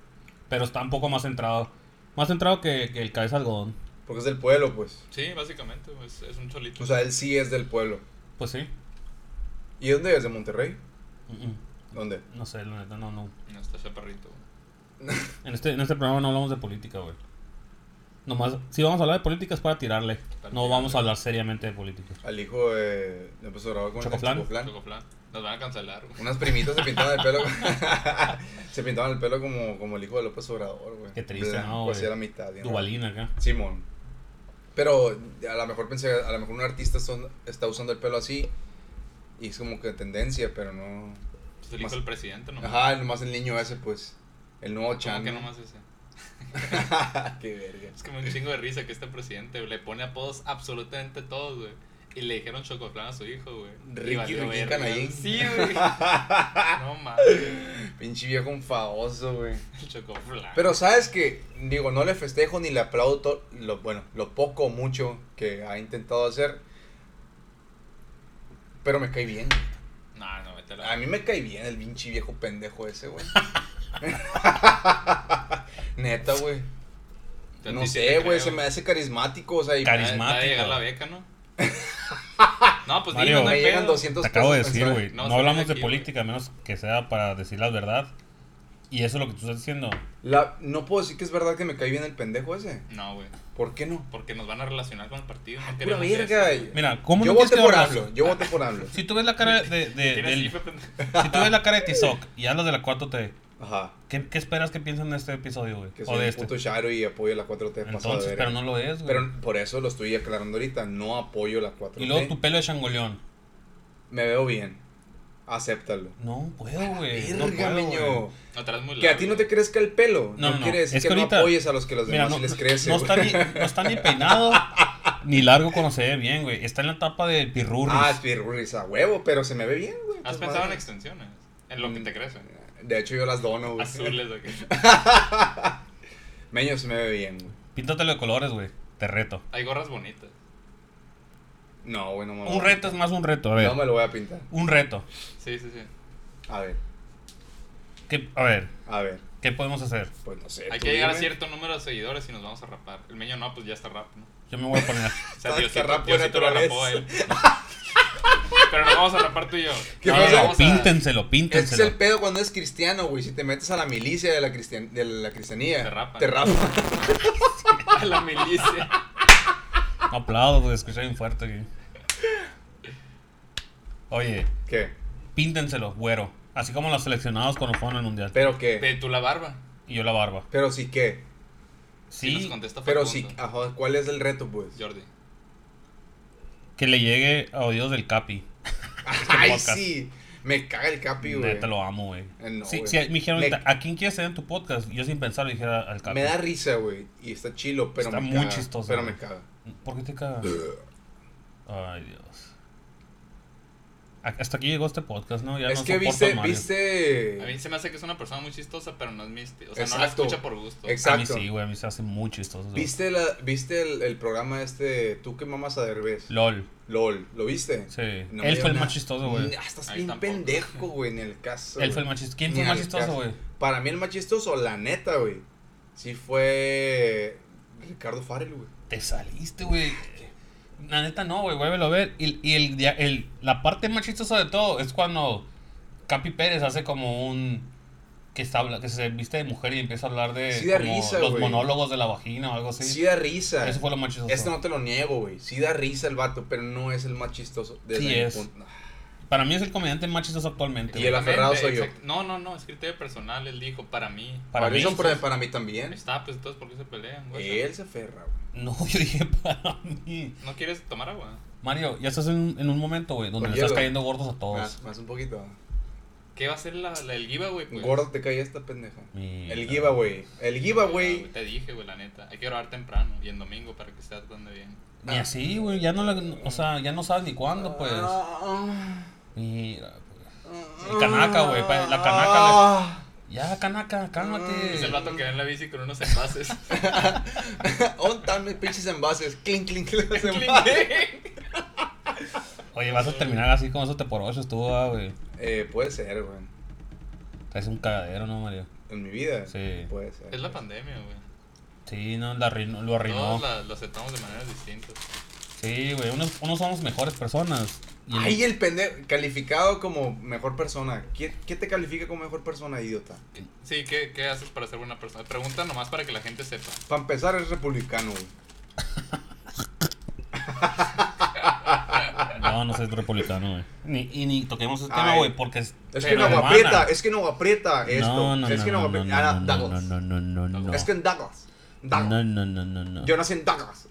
Speaker 3: Pero está un poco más centrado. Más centrado que, que el cabeza algodón.
Speaker 2: Porque es del pueblo, pues.
Speaker 4: Sí, básicamente, güey, es, es un cholito.
Speaker 2: O sea, él sí es del pueblo.
Speaker 3: Pues sí.
Speaker 2: ¿Y dónde es? ¿De Monterrey?
Speaker 3: Mm, mm.
Speaker 2: ¿Dónde?
Speaker 3: No sé, la neta, no, no.
Speaker 4: no está chaparrito. güey.
Speaker 3: En este, en este programa no hablamos de política, güey. Nomás, si vamos a hablar de política es para tirarle.
Speaker 4: Para
Speaker 3: No
Speaker 4: tirarle.
Speaker 3: vamos a hablar seriamente de política.
Speaker 2: Al hijo de. de López Obrador con el
Speaker 3: ¿Chocoflan?
Speaker 2: Chocoflan.
Speaker 4: Luego, plan, Nos van a cancelar, güey.
Speaker 2: Unas primitas se pintaban el pelo. <laughs> se pintaban el pelo como, como el hijo de López Obrador, güey.
Speaker 3: Qué triste,
Speaker 2: Blanco,
Speaker 3: ¿no, güey?
Speaker 2: así a la mitad. bien
Speaker 3: Dubalina acá.
Speaker 2: raro. Simón. Pero a lo mejor pensé, a lo mejor un artista son- está usando el pelo así. Y es como que tendencia, pero no.
Speaker 4: Pues el hijo
Speaker 2: Más-
Speaker 4: del presidente, ¿no?
Speaker 2: Ajá, nomás el niño ese, pues. El nuevo
Speaker 4: ¿Cómo
Speaker 2: Chan.
Speaker 4: que
Speaker 2: ¿no? <laughs>
Speaker 4: nomás ese?
Speaker 2: Qué verga.
Speaker 4: Es que me da un chingo de risa que este presidente güey, le pone apodos absolutamente todos, güey. Y le dijeron chocoflan a su hijo, güey. Y
Speaker 2: Ricky,
Speaker 4: valió
Speaker 2: Ricky
Speaker 4: verga.
Speaker 2: Canallín.
Speaker 4: Sí,
Speaker 2: <laughs>
Speaker 4: güey. No mames.
Speaker 2: Pinche viejo enfadoso, güey.
Speaker 4: El chocoflan.
Speaker 2: Pero sabes que, digo, no le festejo ni le aplaudo to- lo, bueno, lo poco o mucho que ha intentado hacer. Pero me cae bien.
Speaker 4: No, no, vete a la-
Speaker 2: A mí me cae bien el pinche viejo pendejo ese,
Speaker 4: <laughs>
Speaker 2: güey. Neta, güey.
Speaker 4: Yo a
Speaker 2: No
Speaker 4: ti sí te
Speaker 2: sé, güey,
Speaker 4: creo.
Speaker 2: se me hace carismático, o sea, y
Speaker 3: Carisma-
Speaker 4: Va a
Speaker 3: Carismático.
Speaker 4: llegar la beca, ¿no?
Speaker 2: <laughs>
Speaker 4: No, pues
Speaker 3: Mario.
Speaker 4: dime, no
Speaker 2: me
Speaker 4: hay
Speaker 2: llegan
Speaker 4: pedo.
Speaker 2: 200
Speaker 3: Te acabo de
Speaker 2: pesos
Speaker 3: decir, güey.
Speaker 2: mensuales.
Speaker 3: No,
Speaker 4: No,
Speaker 3: hablamos
Speaker 4: sale de
Speaker 3: de
Speaker 4: aquí,
Speaker 3: política, a menos que sea para decir la verdad. Y eso es lo que tú estás diciendo.
Speaker 2: La- no puedo decir que es verdad que me cae bien el pendejo ese.
Speaker 4: No, güey.
Speaker 2: ¿Por qué no?
Speaker 4: Porque nos van a relacionar con el partido. No
Speaker 2: Pura
Speaker 4: queremos
Speaker 2: verga.
Speaker 4: eso.
Speaker 3: Mira, ¿cómo
Speaker 2: yo
Speaker 3: no quieres
Speaker 2: voté
Speaker 3: que
Speaker 2: por
Speaker 3: hagas-
Speaker 2: AMLO, yo voté por AMLO.
Speaker 3: Si tú ves la cara de, de-
Speaker 4: ¿Tienes
Speaker 3: del-
Speaker 4: IFE, pendejo?
Speaker 3: <laughs> si tú ves la cara de Tizoc y hablas de la 4T,
Speaker 2: Ajá.
Speaker 3: ¿qué, qué esperas que piensen de este episodio, güey?
Speaker 2: Que
Speaker 3: O
Speaker 2: soy
Speaker 3: de
Speaker 2: un
Speaker 3: este.
Speaker 2: puto charo y apoyo la 4T pasado de
Speaker 3: Entonces,
Speaker 2: verga.
Speaker 3: pero no lo es, güey.
Speaker 2: Pero por eso lo estoy aclarando ahorita, no apoyo la 4T.
Speaker 3: Y luego tu pelo de changoleón.
Speaker 2: Me veo bien. Acéptalo.
Speaker 3: No puedo, güey. Eh, No
Speaker 2: Verga,
Speaker 3: puedo,
Speaker 2: niño.
Speaker 3: güey.
Speaker 4: No, te das muy
Speaker 2: Que a
Speaker 4: largo,
Speaker 2: ti no
Speaker 4: güey.
Speaker 2: te crezca el pelo.
Speaker 3: No,
Speaker 2: No,
Speaker 3: no, no.
Speaker 2: quiere decir
Speaker 3: Es
Speaker 2: que,
Speaker 3: que ahorita-
Speaker 2: no apoyes a los que los
Speaker 3: Mira,
Speaker 2: demás
Speaker 3: no,
Speaker 2: sí les crece.
Speaker 3: no
Speaker 2: güey.
Speaker 3: está ni, no está ni peinado, ni largo cuando se ve bien, güey. Está en la etapa de pirurris.
Speaker 2: <laughs> Ah, es a huevo, pero se me ve bien, güey. Pues,
Speaker 4: ¿Has pensado en
Speaker 2: madre.
Speaker 4: extensiones? En lo que
Speaker 2: Mm.
Speaker 4: te crece.
Speaker 2: De hecho, yo las dono, güey.
Speaker 4: Azules o qué.
Speaker 2: Meño se me ve bien, güey.
Speaker 3: Píntatelo de colores, güey. Te reto.
Speaker 4: Hay gorras bonitas.
Speaker 2: No, güey, no me lo
Speaker 3: Un
Speaker 2: voy a
Speaker 3: reto es más un reto, a
Speaker 2: pintar.
Speaker 3: ver.
Speaker 2: No me lo voy a pintar.
Speaker 3: Un reto.
Speaker 4: Sí, sí, sí.
Speaker 2: Eh, A ver,
Speaker 3: ¿Qué- a ver,
Speaker 2: a ver.
Speaker 3: ¿qué podemos hacer?
Speaker 2: Pues no sé.
Speaker 4: Hay
Speaker 2: tú
Speaker 4: que llegar a
Speaker 2: dime.
Speaker 4: cierto número de seguidores y nos vamos a rapar. El meño no, pues ya está rap, ¿no?
Speaker 3: Yo me voy a poner.
Speaker 4: O sea,
Speaker 2: Está-
Speaker 4: Diosito,
Speaker 2: está rap por
Speaker 4: Diosito lo
Speaker 2: naturaleza.
Speaker 4: rapó a él. <laughs> Pero nos vamos a rapar tú y yo.
Speaker 2: <laughs> ¿Qué
Speaker 3: No, no, Ah,
Speaker 2: pasa?
Speaker 4: Nos
Speaker 3: no,
Speaker 4: vamos a-
Speaker 3: píntenselo,
Speaker 2: Ese es el
Speaker 3: píntenselo.
Speaker 2: pedo cuando es cristiano, güey. Si te metes a la milicia de la, cristian- de la cristianía,
Speaker 4: Te rapan.
Speaker 2: Te rapan.
Speaker 4: <laughs> A la milicia.
Speaker 3: Aplaudo, güey, escuché bien fuerte güey. Oye,
Speaker 2: <laughs> ¿Qué?
Speaker 3: píntenselo, güero. Así como los seleccionados cuando fueron al mundial.
Speaker 2: ¿Pero qué?
Speaker 4: De tú la barba.
Speaker 3: Y yo la barba.
Speaker 2: ¿Pero sí qué?
Speaker 4: Sí, nos
Speaker 3: Sí,
Speaker 4: contesta
Speaker 2: Pero sí,
Speaker 4: Facundo,
Speaker 2: ajá, ¿cuál es el reto, pues? <laughs>
Speaker 4: <laughs> Jordi.
Speaker 3: que le llegue a oídos del Capi.
Speaker 2: Ay,
Speaker 3: podcast.
Speaker 2: sí. Me caga el Capi, güey.
Speaker 3: Neta, lo amo, güey.
Speaker 2: Eh, no,
Speaker 3: Sí,
Speaker 2: güey.
Speaker 3: sí, me dijeron,
Speaker 2: Me-
Speaker 3: ahorita, ¿a quién quieres ser en tu podcast? Yo sin pensar le dijera al Capi.
Speaker 2: Me da risa, güey. Y está chilo, pero
Speaker 3: Está
Speaker 2: me
Speaker 3: muy
Speaker 2: caga.
Speaker 3: chistoso,
Speaker 2: Pero
Speaker 3: güey.
Speaker 2: me
Speaker 3: <laughs>
Speaker 2: caga.
Speaker 3: ¿Por qué te cagas? Ay, Dios. A- Hasta aquí llegó este podcast, ¿no? Ya
Speaker 2: es
Speaker 3: no
Speaker 2: que
Speaker 3: soporto
Speaker 2: viste,
Speaker 3: al Mario.
Speaker 2: viste.
Speaker 4: A mí se me hace que es una persona muy chistosa, pero no es mi esti- O sea, no la
Speaker 2: Exacto.
Speaker 4: escucha por gusto.
Speaker 2: Exacto.
Speaker 3: A mí sí, güey, a mí se hace muy chistoso. güey.
Speaker 2: ¿Viste, la, ¿Viste el, el programa este Tú que mamas a Derbez?
Speaker 3: LOL,
Speaker 2: LOL. ¿Lo viste?
Speaker 3: sí.
Speaker 2: No me
Speaker 3: Él
Speaker 2: dio
Speaker 3: fue el
Speaker 2: nada.
Speaker 3: más chistoso, güey.
Speaker 2: Ah, estás
Speaker 4: Ahí
Speaker 2: bien
Speaker 4: tampoco.
Speaker 2: pendejo, güey, en el caso.
Speaker 3: Él fue el
Speaker 2: güey.
Speaker 3: más chistoso. ¿Quién fue el
Speaker 2: Ni
Speaker 3: más
Speaker 2: al
Speaker 3: chistoso,
Speaker 2: caso.
Speaker 3: güey?
Speaker 2: Para mí el más chistoso, la neta, güey. Sí fue Ricardo Farrell, güey.
Speaker 3: Te saliste, güey. La neta no, güey, vuélvelo a ver. Y, y el, dia- el- la parte más chistosa de todo es cuando Capi Pérez hace como un... Que, está, habla- que se viste de mujer y empieza a hablar de
Speaker 2: Sí da
Speaker 3: como
Speaker 2: risa,
Speaker 3: los
Speaker 2: güey.
Speaker 3: monólogos de la vagina o algo así.
Speaker 2: Sí, da risa.
Speaker 3: Eso fue lo más chistoso.
Speaker 2: Este no te lo niego, güey. Sí da risa el vato, pero no es el más chistoso. Desde
Speaker 3: Sí
Speaker 2: mi
Speaker 3: es.
Speaker 2: punto.
Speaker 3: Para mí es el comediante más chistoso actualmente.
Speaker 2: Y
Speaker 3: güey.
Speaker 2: el aferrado soy yo.
Speaker 4: Exact- No, no, no, es criterio personal, él dijo, para mí.
Speaker 3: Para mí...
Speaker 2: eso,
Speaker 3: sí.
Speaker 2: pero para mí también.
Speaker 4: Está, pues entonces, ¿por qué se pelean? güey?
Speaker 2: ¿Eh? Él se aferra, güey.
Speaker 3: No, <laughs> yo dije para mí.
Speaker 4: ¿No quieres tomar agua?
Speaker 3: Mario, ya estás en, en un momento, güey, donde le
Speaker 2: Con
Speaker 3: estás
Speaker 2: hielo. Ah,
Speaker 3: cayendo gordos a todos.
Speaker 2: Más, más un poquito.
Speaker 4: ¿Qué va a ser la, la, el giveaway, pues?
Speaker 2: Gordo te cae esta pendeja.
Speaker 3: Mira.
Speaker 2: El giveaway. El giveaway.
Speaker 4: Te dije, güey, la neta. Hay que grabar temprano y el domingo para que estés donde bien.
Speaker 3: Ni así, güey, ya no la- o sea, ya no sabes ni cuándo, pues.
Speaker 2: Ah,
Speaker 3: Mira, pues.
Speaker 2: ah,
Speaker 3: El canaca, güey, pa- la canaca,
Speaker 2: Ah.
Speaker 3: Ya, canaca,
Speaker 4: Es el
Speaker 3: cálmate.
Speaker 4: vato que va en la bici con
Speaker 2: <laughs>
Speaker 4: unos envases.
Speaker 2: ¿Dónde están mis pinches envases? Clink, clink, clink. los envases.
Speaker 4: Clink.
Speaker 3: Oye, vas a terminar así con eso te por ocho estuvo, ah, güey.
Speaker 2: Eh, puede ser, güey.
Speaker 3: Traes un cagadero, ¿no, Mario?
Speaker 2: En mi vida.
Speaker 3: Sí.
Speaker 2: Puede ser.
Speaker 4: es la pandemia, güey.
Speaker 3: Sí, no, la arruinó- lo arruinó.
Speaker 4: Todos la, lo aceptamos de maneras distintas.
Speaker 3: Sí, güey, unos, unos somos mejores personas. Y el-
Speaker 2: Ahí el pendejo. Calificado como mejor persona. ¿Qué, qué te califica como mejor persona, idiota?
Speaker 4: Sí, ¿qué, ¿qué haces para ser buena persona? Pregunta nomás para que la gente sepa.
Speaker 2: Para empezar, es republicano, güey.
Speaker 3: No, no soy republicano, güey. Ni, y ni toquemos ese
Speaker 2: Ay.
Speaker 3: tema, güey, porque es...
Speaker 2: Es que
Speaker 4: Pero
Speaker 2: no
Speaker 4: hermana.
Speaker 2: aprieta, es que no aprieta esto.
Speaker 3: No, no,
Speaker 2: es que
Speaker 3: no,
Speaker 2: no
Speaker 3: no,
Speaker 2: aprieta. Ah,
Speaker 3: no, no,
Speaker 2: Douglas.
Speaker 3: no, no, no, no, no.
Speaker 2: Es que en Douglas. Douglas.
Speaker 3: No, no, no, no, no.
Speaker 2: Yo nací en Douglas.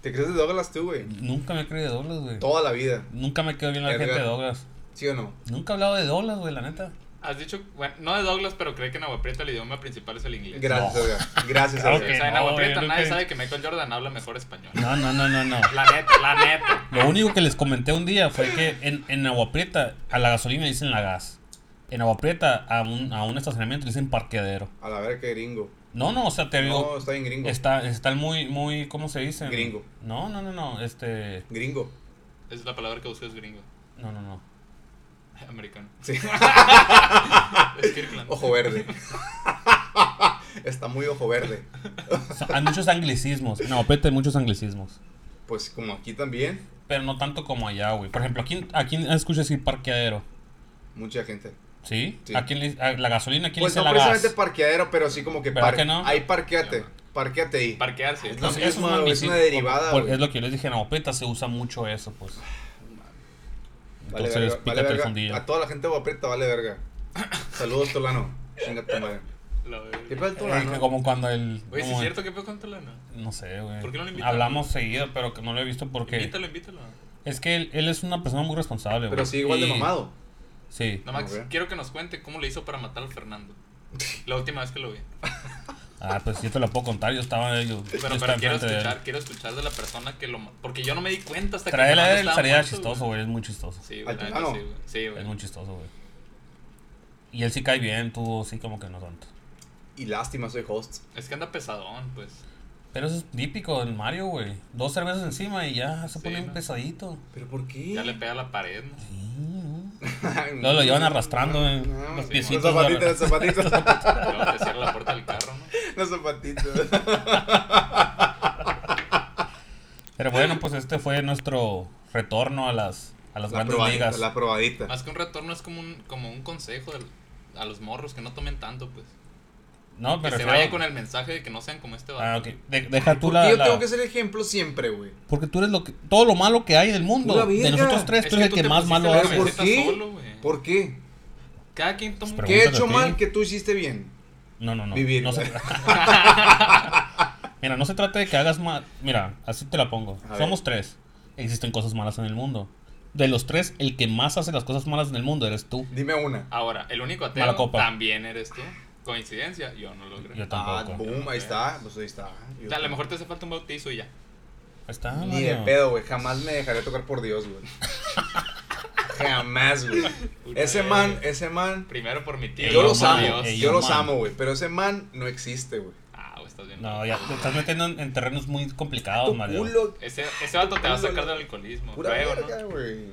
Speaker 2: ¿Te crees de Douglas tú, güey?
Speaker 3: Nunca me he creído de Douglas, güey.
Speaker 2: Toda la vida.
Speaker 3: Nunca me quedó bien la gente
Speaker 2: Verga.
Speaker 3: de Douglas.
Speaker 2: ¿Sí o no?
Speaker 3: Nunca he hablado de Douglas, güey, la neta.
Speaker 4: Has dicho, bueno, no de Douglas, pero cree que en Agua Prieta el idioma principal es el inglés.
Speaker 2: Gracias,
Speaker 3: No.
Speaker 2: Edgar. Gracias,
Speaker 3: Claro
Speaker 4: O
Speaker 2: Edgar.
Speaker 3: que-
Speaker 4: sea, en
Speaker 3: No,
Speaker 4: Agua
Speaker 3: güey,
Speaker 4: Prieta
Speaker 3: nunca
Speaker 4: nadie
Speaker 3: he-
Speaker 4: sabe que Michael Jordan habla mejor <laughs> español.
Speaker 3: No, no, no, no, no.
Speaker 4: La neta, la neta.
Speaker 3: Lo único que les comenté un día fue que en, en Agua Prieta a la gasolina le dicen la gas. En Agua Prieta a un, a un estacionamiento le dicen parqueadero.
Speaker 2: A la verga, qué gringo.
Speaker 3: No, no, o sea, te digo.
Speaker 2: No, está bien gringo.
Speaker 3: Está, están muy, muy, ¿cómo se dice?
Speaker 2: Gringo.
Speaker 3: No, no, no, no, este.
Speaker 2: Gringo.
Speaker 4: Es la palabra que usé es gringo.
Speaker 3: No, no, no.
Speaker 4: Americano.
Speaker 2: Sí.
Speaker 4: <laughs> Es
Speaker 3: Ah,
Speaker 4: Kirkland.
Speaker 2: Ojo verde. <laughs> está muy ojo verde.
Speaker 3: O sea, hay muchos anglicismos. En Agua Prieta hay muchos anglicismos.
Speaker 2: Pues como aquí también,
Speaker 3: Pero no tanto como allá, güey. Por ejemplo, ¿a quién, a quién escuchas decir parqueadero?
Speaker 2: mucha gente.
Speaker 3: ¿Sí?
Speaker 2: Sí.
Speaker 3: ¿A quién le, a la gasolina? ¿A quién
Speaker 2: Pues
Speaker 3: le
Speaker 2: no
Speaker 3: dice la gas?
Speaker 2: precisamente parqueadero, pero sí como que,
Speaker 3: ¿Verdad
Speaker 2: par-
Speaker 3: que no?
Speaker 2: ahí parqueate. Parqueate ahí.
Speaker 4: Parquearse.
Speaker 2: Es lo
Speaker 3: Pues eso
Speaker 2: mismo,
Speaker 3: un
Speaker 2: güey, es
Speaker 3: anglicismo.
Speaker 2: una derivada,
Speaker 3: Por-
Speaker 2: güey.
Speaker 3: Es lo que yo les dije, en Agopeta se usa mucho eso, pues.
Speaker 2: Vale
Speaker 3: Entonces,
Speaker 2: verga, vale
Speaker 3: pícate el
Speaker 2: verga.
Speaker 3: fundillo.
Speaker 2: A toda la gente guapreta, vale verga. Saludos, Tolano. Chinga tu madre.
Speaker 4: La verga.
Speaker 2: ¿Qué pasa,
Speaker 3: Eh, que
Speaker 2: Tolano?
Speaker 3: como cuando el.
Speaker 4: Oye, si
Speaker 3: como
Speaker 4: es
Speaker 3: el-
Speaker 4: cierto, ¿qué pedo con Tolano?
Speaker 3: No sé, güey.
Speaker 4: ¿Por qué no lo invitamos?
Speaker 3: Hablamos seguido, pero que no lo he visto porque.
Speaker 4: Invítalo, invítalo.
Speaker 3: Es que él, él es una persona muy responsable, güey.
Speaker 2: Pero sí, igual de
Speaker 3: Y-
Speaker 2: mamado.
Speaker 3: Sí.
Speaker 4: No, Max,
Speaker 2: Ok.
Speaker 4: quiero que nos cuente cómo le hizo para matar al
Speaker 2: <laughs>
Speaker 4: Fernando. La última vez que lo vi.
Speaker 3: Ah, pues yo te lo puedo contar. Yo estaba. Yo, yo
Speaker 4: Pero,
Speaker 3: estaba
Speaker 4: pero quiero
Speaker 3: enfrente de él.
Speaker 4: escuchar, quiero escuchar de la persona que lo ma- Porque yo no me di cuenta hasta que.
Speaker 3: Traerle a él
Speaker 4: Fernando estaba
Speaker 3: estaría
Speaker 4: muerto,
Speaker 3: chistoso,
Speaker 4: güey.
Speaker 3: güey. Es muy chistoso.
Speaker 4: Sí,
Speaker 2: ¿Al
Speaker 4: güey, la neta
Speaker 2: Tolano?
Speaker 4: sí, güey. Sí, güey.
Speaker 3: Es muy chistoso, güey. Y él sí cae bien, tú sí, como que no tanto.
Speaker 2: Y lástima, soy host.
Speaker 4: Es que anda pesadón, pues.
Speaker 3: Pero eso es típico del Mario, güey. Dos cervezas encima y ya se
Speaker 4: Sí,
Speaker 3: pone un
Speaker 4: ¿no?
Speaker 3: pesadito.
Speaker 2: ¿Pero por qué?
Speaker 4: Ya
Speaker 2: <laughs>
Speaker 4: le pega a la pared, ¿no?
Speaker 3: Sí, ¿no?
Speaker 2: No,
Speaker 3: Luego lo llevan arrastrando eh,
Speaker 2: no,
Speaker 3: los
Speaker 2: Ah, sí.
Speaker 3: piecitos.
Speaker 2: Los zapatitos,
Speaker 3: güey.
Speaker 2: los
Speaker 3: <laughs>
Speaker 2: zapatitos.
Speaker 4: Luego te cierra la puerta del carro, ¿no?
Speaker 2: los zapatitos.
Speaker 3: Pero bueno, pues este fue nuestro retorno a las, a las
Speaker 2: La
Speaker 3: grandes
Speaker 2: probadita,
Speaker 3: ligas.
Speaker 2: la probadita.
Speaker 4: Más que un retorno es como un, como un consejo del- a los morros que no tomen tanto, pues.
Speaker 3: No,
Speaker 4: Que
Speaker 3: pero
Speaker 4: se vayan con el mensaje de que no sean como este vato.
Speaker 3: Ah, ok. De- deja tú
Speaker 2: ¿Por
Speaker 3: la,
Speaker 2: qué yo
Speaker 3: la-
Speaker 2: tengo que ser ejemplo siempre, güey?
Speaker 3: Porque tú eres lo que, todo lo malo que hay del mundo.
Speaker 2: Pura
Speaker 3: De
Speaker 2: verga.
Speaker 3: nosotros tres, tú
Speaker 4: Es
Speaker 3: eres el
Speaker 4: tú
Speaker 3: que
Speaker 4: te
Speaker 3: más
Speaker 4: pusiste
Speaker 3: malo
Speaker 4: la
Speaker 3: haces.
Speaker 2: ¿Por
Speaker 4: camiseta
Speaker 2: qué?
Speaker 4: solo, güey.
Speaker 2: ¿Por qué?
Speaker 4: Cada quien toma un
Speaker 3: pues, Pero-
Speaker 2: ¿Qué he
Speaker 3: Pregúntate
Speaker 2: hecho
Speaker 3: a ti.
Speaker 2: mal que tú hiciste bien?
Speaker 3: No, no, no.
Speaker 2: Vivir.
Speaker 3: No se tra- Mira, no se trata de que hagas mal. Mira, así te la pongo.
Speaker 2: A ver.
Speaker 3: Somos tres. Existen cosas malas en el mundo. De los tres, el que más hace las cosas malas en el mundo eres tú.
Speaker 2: <laughs> Dime una.
Speaker 4: Ahora, el único ateo
Speaker 3: Mala copa.
Speaker 4: también eres tú. Coincidencia, yo no lo creo.
Speaker 3: Yo
Speaker 2: Ah,
Speaker 3: tampoco.
Speaker 2: boom, ahí está. Pues ahí está.
Speaker 4: O sea, a lo mejor te hace falta un bautizo y ya.
Speaker 3: Está,
Speaker 2: Ni de
Speaker 3: Mario.
Speaker 2: pedo, güey. Jamás me dejaré tocar por Dios,
Speaker 4: <laughs>
Speaker 2: güey. Jamás, güey.
Speaker 4: Una
Speaker 2: Ese
Speaker 4: vez.
Speaker 2: man, ese man.
Speaker 4: Primero por mi tío.
Speaker 2: Yo los
Speaker 4: por
Speaker 3: man,
Speaker 2: amo,
Speaker 3: ey,
Speaker 2: yo
Speaker 3: yo
Speaker 2: los
Speaker 3: man.
Speaker 2: amo, güey. Pero ese man no existe, güey.
Speaker 4: Ah, güey, estás bien.
Speaker 3: No, ya te estás metiendo en, en terrenos muy complicados,
Speaker 2: Tu
Speaker 3: Mario.
Speaker 2: culo,
Speaker 4: Ese, ese vato te va a sacar del alcoholismo.
Speaker 2: pura
Speaker 4: creo, ¿no?
Speaker 2: verga, güey.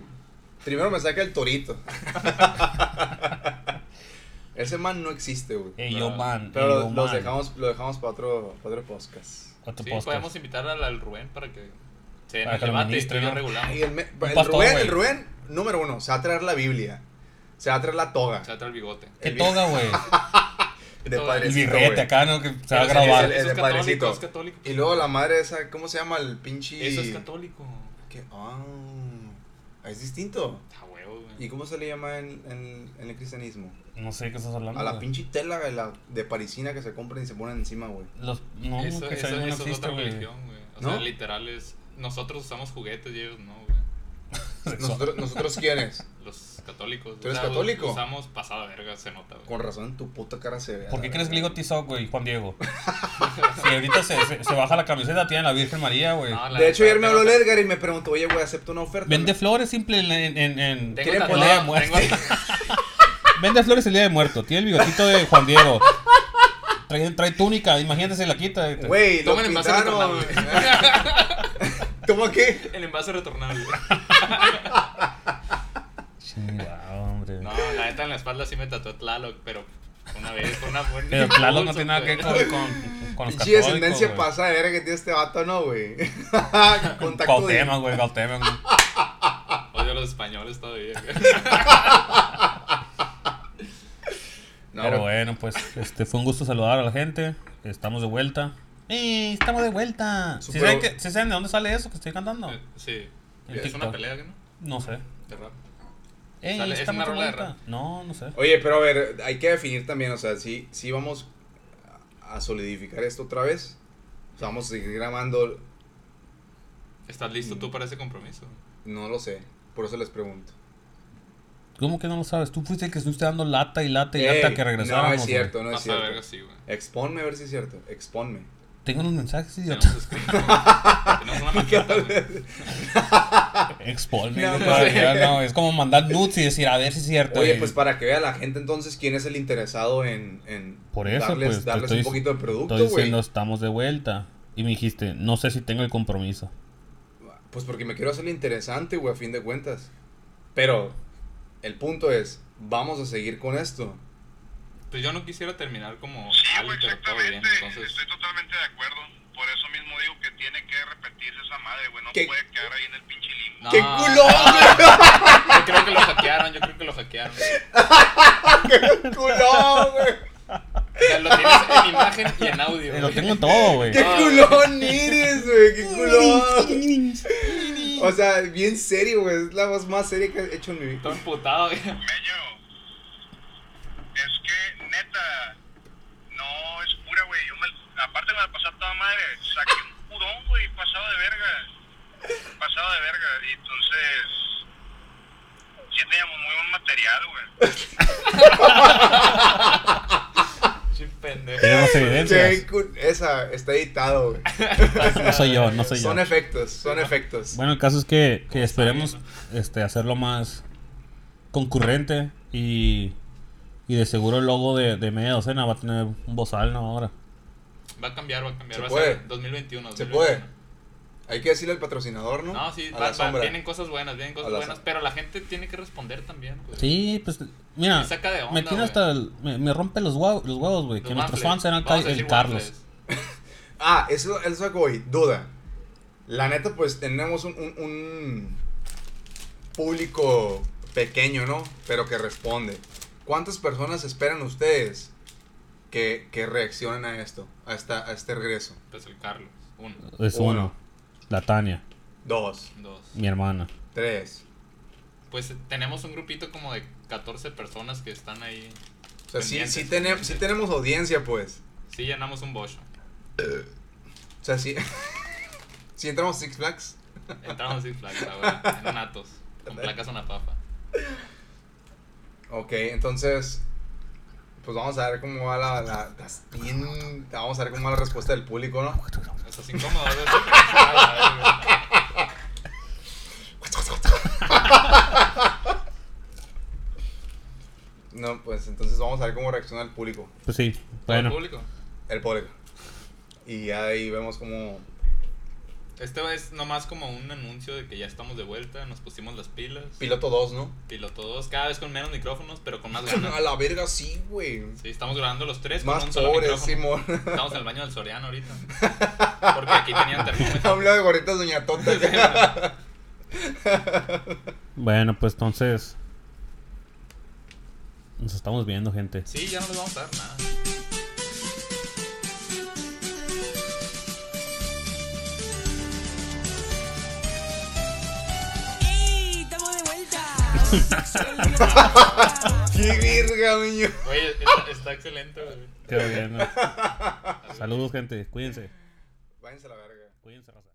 Speaker 2: Primero me saca
Speaker 3: <laughs>
Speaker 2: el torito. ese man no existe, güey.
Speaker 3: Ey, yo, man.
Speaker 2: Pero
Speaker 3: ey,
Speaker 2: lo-
Speaker 3: yo,
Speaker 2: los
Speaker 3: man.
Speaker 2: dejamos, lo dejamos para otro, para otro podcast.
Speaker 3: Otro Este
Speaker 4: Sí,
Speaker 3: podcast.
Speaker 4: podemos invitar al, al Rubén para que se den
Speaker 3: Para
Speaker 4: el
Speaker 3: que lo
Speaker 4: debate y
Speaker 3: ministre,
Speaker 4: tú y yo
Speaker 3: ¿no?
Speaker 4: regulamos.
Speaker 2: Y el, me- el
Speaker 3: pastor,
Speaker 2: Rubén,
Speaker 3: güey.
Speaker 2: el Rubén, número uno, se va a traer la Biblia. Se va a traer la toga.
Speaker 4: Se atra el bigote.
Speaker 3: ¿Qué
Speaker 2: <laughs> El-
Speaker 3: toga, güey?
Speaker 2: De
Speaker 4: El
Speaker 3: El
Speaker 2: padrecito, güey.
Speaker 3: birrete acá, ¿no? Que se va a
Speaker 4: Pero sí,
Speaker 3: grabar.
Speaker 2: el-
Speaker 4: eso
Speaker 2: de
Speaker 4: es
Speaker 2: padrecito.
Speaker 4: católico, es católico.
Speaker 2: Y luego la madre esa, ¿cómo se llama? El pinche.
Speaker 4: Eso es católico.
Speaker 2: ¿Qué? Ah, es distinto.
Speaker 4: A huevo, güey.
Speaker 2: ¿Y cómo se le llama en, en- en el cristianismo?
Speaker 3: No sé de qué estás hablando.
Speaker 2: A la
Speaker 3: güey.
Speaker 2: pinche tela de, la, de parisina que se compran y se ponen
Speaker 3: <laughs>
Speaker 2: encima, güey.
Speaker 3: Los, no,
Speaker 4: Eso,
Speaker 3: que
Speaker 4: eso-
Speaker 3: sea, no
Speaker 4: eso es
Speaker 3: existe,
Speaker 4: otra
Speaker 3: güey. <laughs>
Speaker 4: religión, güey. O
Speaker 2: ¿No?
Speaker 4: sea, literal es. Nosotros usamos juguetes y ellos no, güey.
Speaker 2: ¿Nosotros, ¿nosotros quiénes?
Speaker 4: Los católicos.
Speaker 2: ¿Tú eres
Speaker 4: o sea,
Speaker 2: católico?
Speaker 4: Usamos pasada verga, se nota, güey.
Speaker 2: Con razón, tu puta cara se ve.
Speaker 3: ¿Por qué crees que le digo Tizoc, güey, Juan
Speaker 2: <laughs>
Speaker 3: Diego? si ahorita se, se- se baja la camiseta, tiene a la Virgen María, güey.
Speaker 4: No, la
Speaker 2: De hecho,
Speaker 4: neta,
Speaker 2: ayer me
Speaker 4: tengo
Speaker 2: habló el
Speaker 4: ta-
Speaker 2: Edgar y me preguntó, oye, güey, ¿acepto una oferta?
Speaker 3: Vende flores simple en... en, en- en-
Speaker 4: Tengo
Speaker 2: Quiere
Speaker 4: tatuado-
Speaker 3: poner a muerte.
Speaker 4: tengo- <laughs>
Speaker 3: <laughs> Vende flores el día de muerto. Tiene el bigotito de Juan
Speaker 2: <laughs>
Speaker 3: Diego. Trae, trae túnica, imagínate si la quita. güey.
Speaker 2: Güey, lo
Speaker 4: Tomen envase
Speaker 2: quitaron.
Speaker 4: retornable.
Speaker 2: <laughs> ¿Cómo qué?
Speaker 4: El envase retornable.
Speaker 3: Chingado, hombre.
Speaker 4: No, la neta en la espalda sí me tatué Tlaloc, pero una vez, fue una buena.
Speaker 3: Pero Tlaloc no tiene nada que ver
Speaker 4: ver
Speaker 3: con, con, con los
Speaker 2: Pinche
Speaker 3: católicos,
Speaker 2: descendencia
Speaker 3: güey.
Speaker 2: pasa de verga que tiene este vato,
Speaker 3: <laughs>
Speaker 2: ¿no, güey? Contacto de...
Speaker 3: Gautema,
Speaker 2: <laughs>
Speaker 3: güey, Gautema, güey.
Speaker 4: Odio a los españoles todavía. güey.
Speaker 2: No,
Speaker 3: Pero bueno, pues este fue un gusto saludar a la gente. Estamos de vuelta. ¡Ey! Estamos de vuelta. ¿Sí
Speaker 2: Super- Eh,
Speaker 3: saben, que- sí saben de dónde sale eso que estoy cantando?
Speaker 4: Sí.
Speaker 3: En
Speaker 4: Es una
Speaker 3: TikTok.
Speaker 4: pelea, ¿no?
Speaker 3: No sé.
Speaker 4: De rap.
Speaker 3: ¡Ey!
Speaker 4: Sale- es
Speaker 3: Estamos de
Speaker 4: una rola de
Speaker 3: vuelta.
Speaker 4: rap.
Speaker 3: No, no sé.
Speaker 2: Oye, pero a ver, hay que definir también, o sea, si, si vamos a solidificar esto otra vez, o sea, vamos a seguir grabando,
Speaker 4: ¿Estás listo tú para ese compromiso?
Speaker 2: Mm. no lo sé, por eso les pregunto.
Speaker 3: ¿Cómo que no lo sabes? Tú fuiste el que estuviste dando lata y lata y
Speaker 2: Ey,
Speaker 3: lata que regresáramos.
Speaker 2: No es
Speaker 3: güey.
Speaker 2: cierto, no es
Speaker 4: Pasa de
Speaker 2: cierto.
Speaker 4: verga, sí, güey.
Speaker 2: Exponme a ver si es cierto, exponme.
Speaker 3: Tengo unos mensajes, <laughs>
Speaker 4: Tenemos
Speaker 3: idiota.
Speaker 4: escrito, güey. Tenemos una maqueta, güey.
Speaker 3: Expolme.
Speaker 2: No,
Speaker 3: güey,
Speaker 2: no
Speaker 3: todavía No,
Speaker 2: sé.
Speaker 3: es como mandar nudes y decir, a ver si es cierto.
Speaker 2: <laughs> Oye,
Speaker 3: güey.
Speaker 2: pues para que vea la gente entonces quién es el interesado en, en
Speaker 3: Por eso,
Speaker 2: darles,
Speaker 3: pues, te
Speaker 2: darles
Speaker 3: estoy-
Speaker 2: un poquito de
Speaker 3: Estoy
Speaker 2: producto, güey.
Speaker 3: diciendo, estamos de vuelta. Y me dijiste, no sé si tengo el compromiso.
Speaker 2: Pues porque me quiero hacer interesante, güey, a fin de cuentas. Pero el punto es, vamos a seguir con esto.
Speaker 4: Pues yo no quisiera terminar como
Speaker 5: Sí,
Speaker 4: Ali,
Speaker 5: güey,
Speaker 4: pero todo bien,
Speaker 5: Ah, pues, exactamente.
Speaker 4: entonces.
Speaker 5: Estoy totalmente de acuerdo. Por eso mismo digo que tiene que repetirse esa madre, güey. No
Speaker 2: ¿Qué?
Speaker 5: puede quedar ahí en el pinche limbo.
Speaker 4: No,
Speaker 2: ¡Qué culón,
Speaker 4: Ah. Yo creo que lo hackearon, yo creo que lo hackearon. O
Speaker 2: güey! <laughs> ¡Culón, güey!
Speaker 4: sea, lo tienes en imagen y en audio.
Speaker 3: Eh,
Speaker 4: güey.
Speaker 3: Lo tengo en todo, güey.
Speaker 2: <laughs> ¡Qué
Speaker 4: Ah.
Speaker 2: culón eres, güey! ¡Qué culón! O sea, bien serio, güey. Es la voz más seria que he hecho en mi vida.
Speaker 4: Todo emputado, güey.
Speaker 5: Meño, es que, neta, no es pura, güey. Yo me, aparte me la pasé a toda madre. Saqué un purón, güey, pasado de verga. Pasado de verga. Y entonces, sí teníamos muy buen material, güey.
Speaker 4: Che, pendejo.
Speaker 3: <laughs> Tenemos
Speaker 2: Che,
Speaker 3: evidencias.
Speaker 2: cul- Esa, está editado,
Speaker 4: <laughs>
Speaker 2: güey.
Speaker 3: No soy yo, no soy yo.
Speaker 2: Son efectos, son efectos.
Speaker 3: Bueno, el caso es que, que esperemos este, hacerlo más concurrente y, y de seguro el logo de, de media docena va a tener un bozal, ¿no? Ahora.
Speaker 4: Va a cambiar, va a cambiar.
Speaker 2: Se
Speaker 4: va a
Speaker 2: puede.
Speaker 4: ser 2021.
Speaker 2: Se
Speaker 4: 2021.
Speaker 2: puede. Hay que decirle al patrocinador, ¿no?
Speaker 4: No, sí,
Speaker 2: a
Speaker 4: va-
Speaker 2: la
Speaker 4: va-
Speaker 2: sombra.
Speaker 4: vienen cosas buenas, vienen cosas
Speaker 2: A la
Speaker 4: buenas,
Speaker 2: sombra.
Speaker 4: pero la gente tiene que responder también. güey.
Speaker 3: Sí, pues mira,
Speaker 4: Me saca de onda,
Speaker 3: me tiene
Speaker 4: güey.
Speaker 3: hasta el- me, me rompe los, huevos, los huevos, güey,
Speaker 4: Los
Speaker 3: que nuestros
Speaker 4: waffles.
Speaker 3: fans eran
Speaker 4: Vamos a
Speaker 3: ca- el
Speaker 4: decir
Speaker 3: Carlos.
Speaker 4: waffles.
Speaker 2: Ah, eso, eso es lo que voy. Duda. La neta, pues tenemos un, un- un público pequeño, ¿no? Pero que responde. ¿Cuántas personas esperan ustedes que, que reaccionen a esto? A, esta- a este regreso.
Speaker 4: Pues el Carlos. Uno,
Speaker 3: Es
Speaker 2: Uno.
Speaker 3: uno. La Tania,
Speaker 2: Dos,
Speaker 4: dos.
Speaker 3: mi hermana.
Speaker 2: tres.
Speaker 4: Pues tenemos un grupito como de 14 personas que están ahí
Speaker 2: sea, sí,
Speaker 4: Pendientes,
Speaker 2: sí, tenemos, sí
Speaker 4: pendientes.
Speaker 2: tenemos audiencia, pues.
Speaker 4: Sí, llenamos un bocho.
Speaker 2: O sea, sí. <laughs> si entramos a Six Flags.
Speaker 4: Entramos en Six Flags, ahora, en natos. Con placas una papa.
Speaker 2: Ok, entonces. Pues vamos a ver cómo va la. la- las- bien- vamos a ver cómo va la respuesta del público, ¿no?
Speaker 4: Eso es incómodo. ¿verdad? Ah, la verga.
Speaker 2: No, pues entonces vamos a ver cómo reacciona el público.
Speaker 3: Pues sí,
Speaker 4: Todo el
Speaker 3: bueno.
Speaker 4: público.
Speaker 2: El público. Y ya de ahí vemos cómo.
Speaker 4: Este es nomás como un anuncio de que ya estamos de vuelta, nos pusimos las pilas.
Speaker 2: Piloto 2, ¿no?
Speaker 4: Piloto 2, cada vez con menos micrófonos, pero con más
Speaker 2: <laughs> A
Speaker 4: ganas.
Speaker 2: la verga, sí, güey.
Speaker 4: Sí, estamos grabando los tres con
Speaker 2: Más
Speaker 4: un solo
Speaker 2: pobre,
Speaker 4: micrófono.
Speaker 2: Simón. <laughs>
Speaker 4: Estamos en el baño del Soriano ahorita. Porque aquí tenían
Speaker 2: A
Speaker 4: termómetro.
Speaker 2: un lado de gorritas, doña Tota.
Speaker 4: <laughs>
Speaker 3: Bueno, pues entonces. Nos estamos viendo, gente.
Speaker 4: Sí, ya no les vamos a dar nada.
Speaker 6: ¡Ey! ¡Estamos de vuelta!
Speaker 2: <laughs> ¡Qué verga, niño!
Speaker 4: Oye, está, está excelente, güey.
Speaker 3: Qué bien, ¿no? Saludos, gente. Cuídense.
Speaker 2: Váyanse a la verga.
Speaker 3: Cuídense, raza.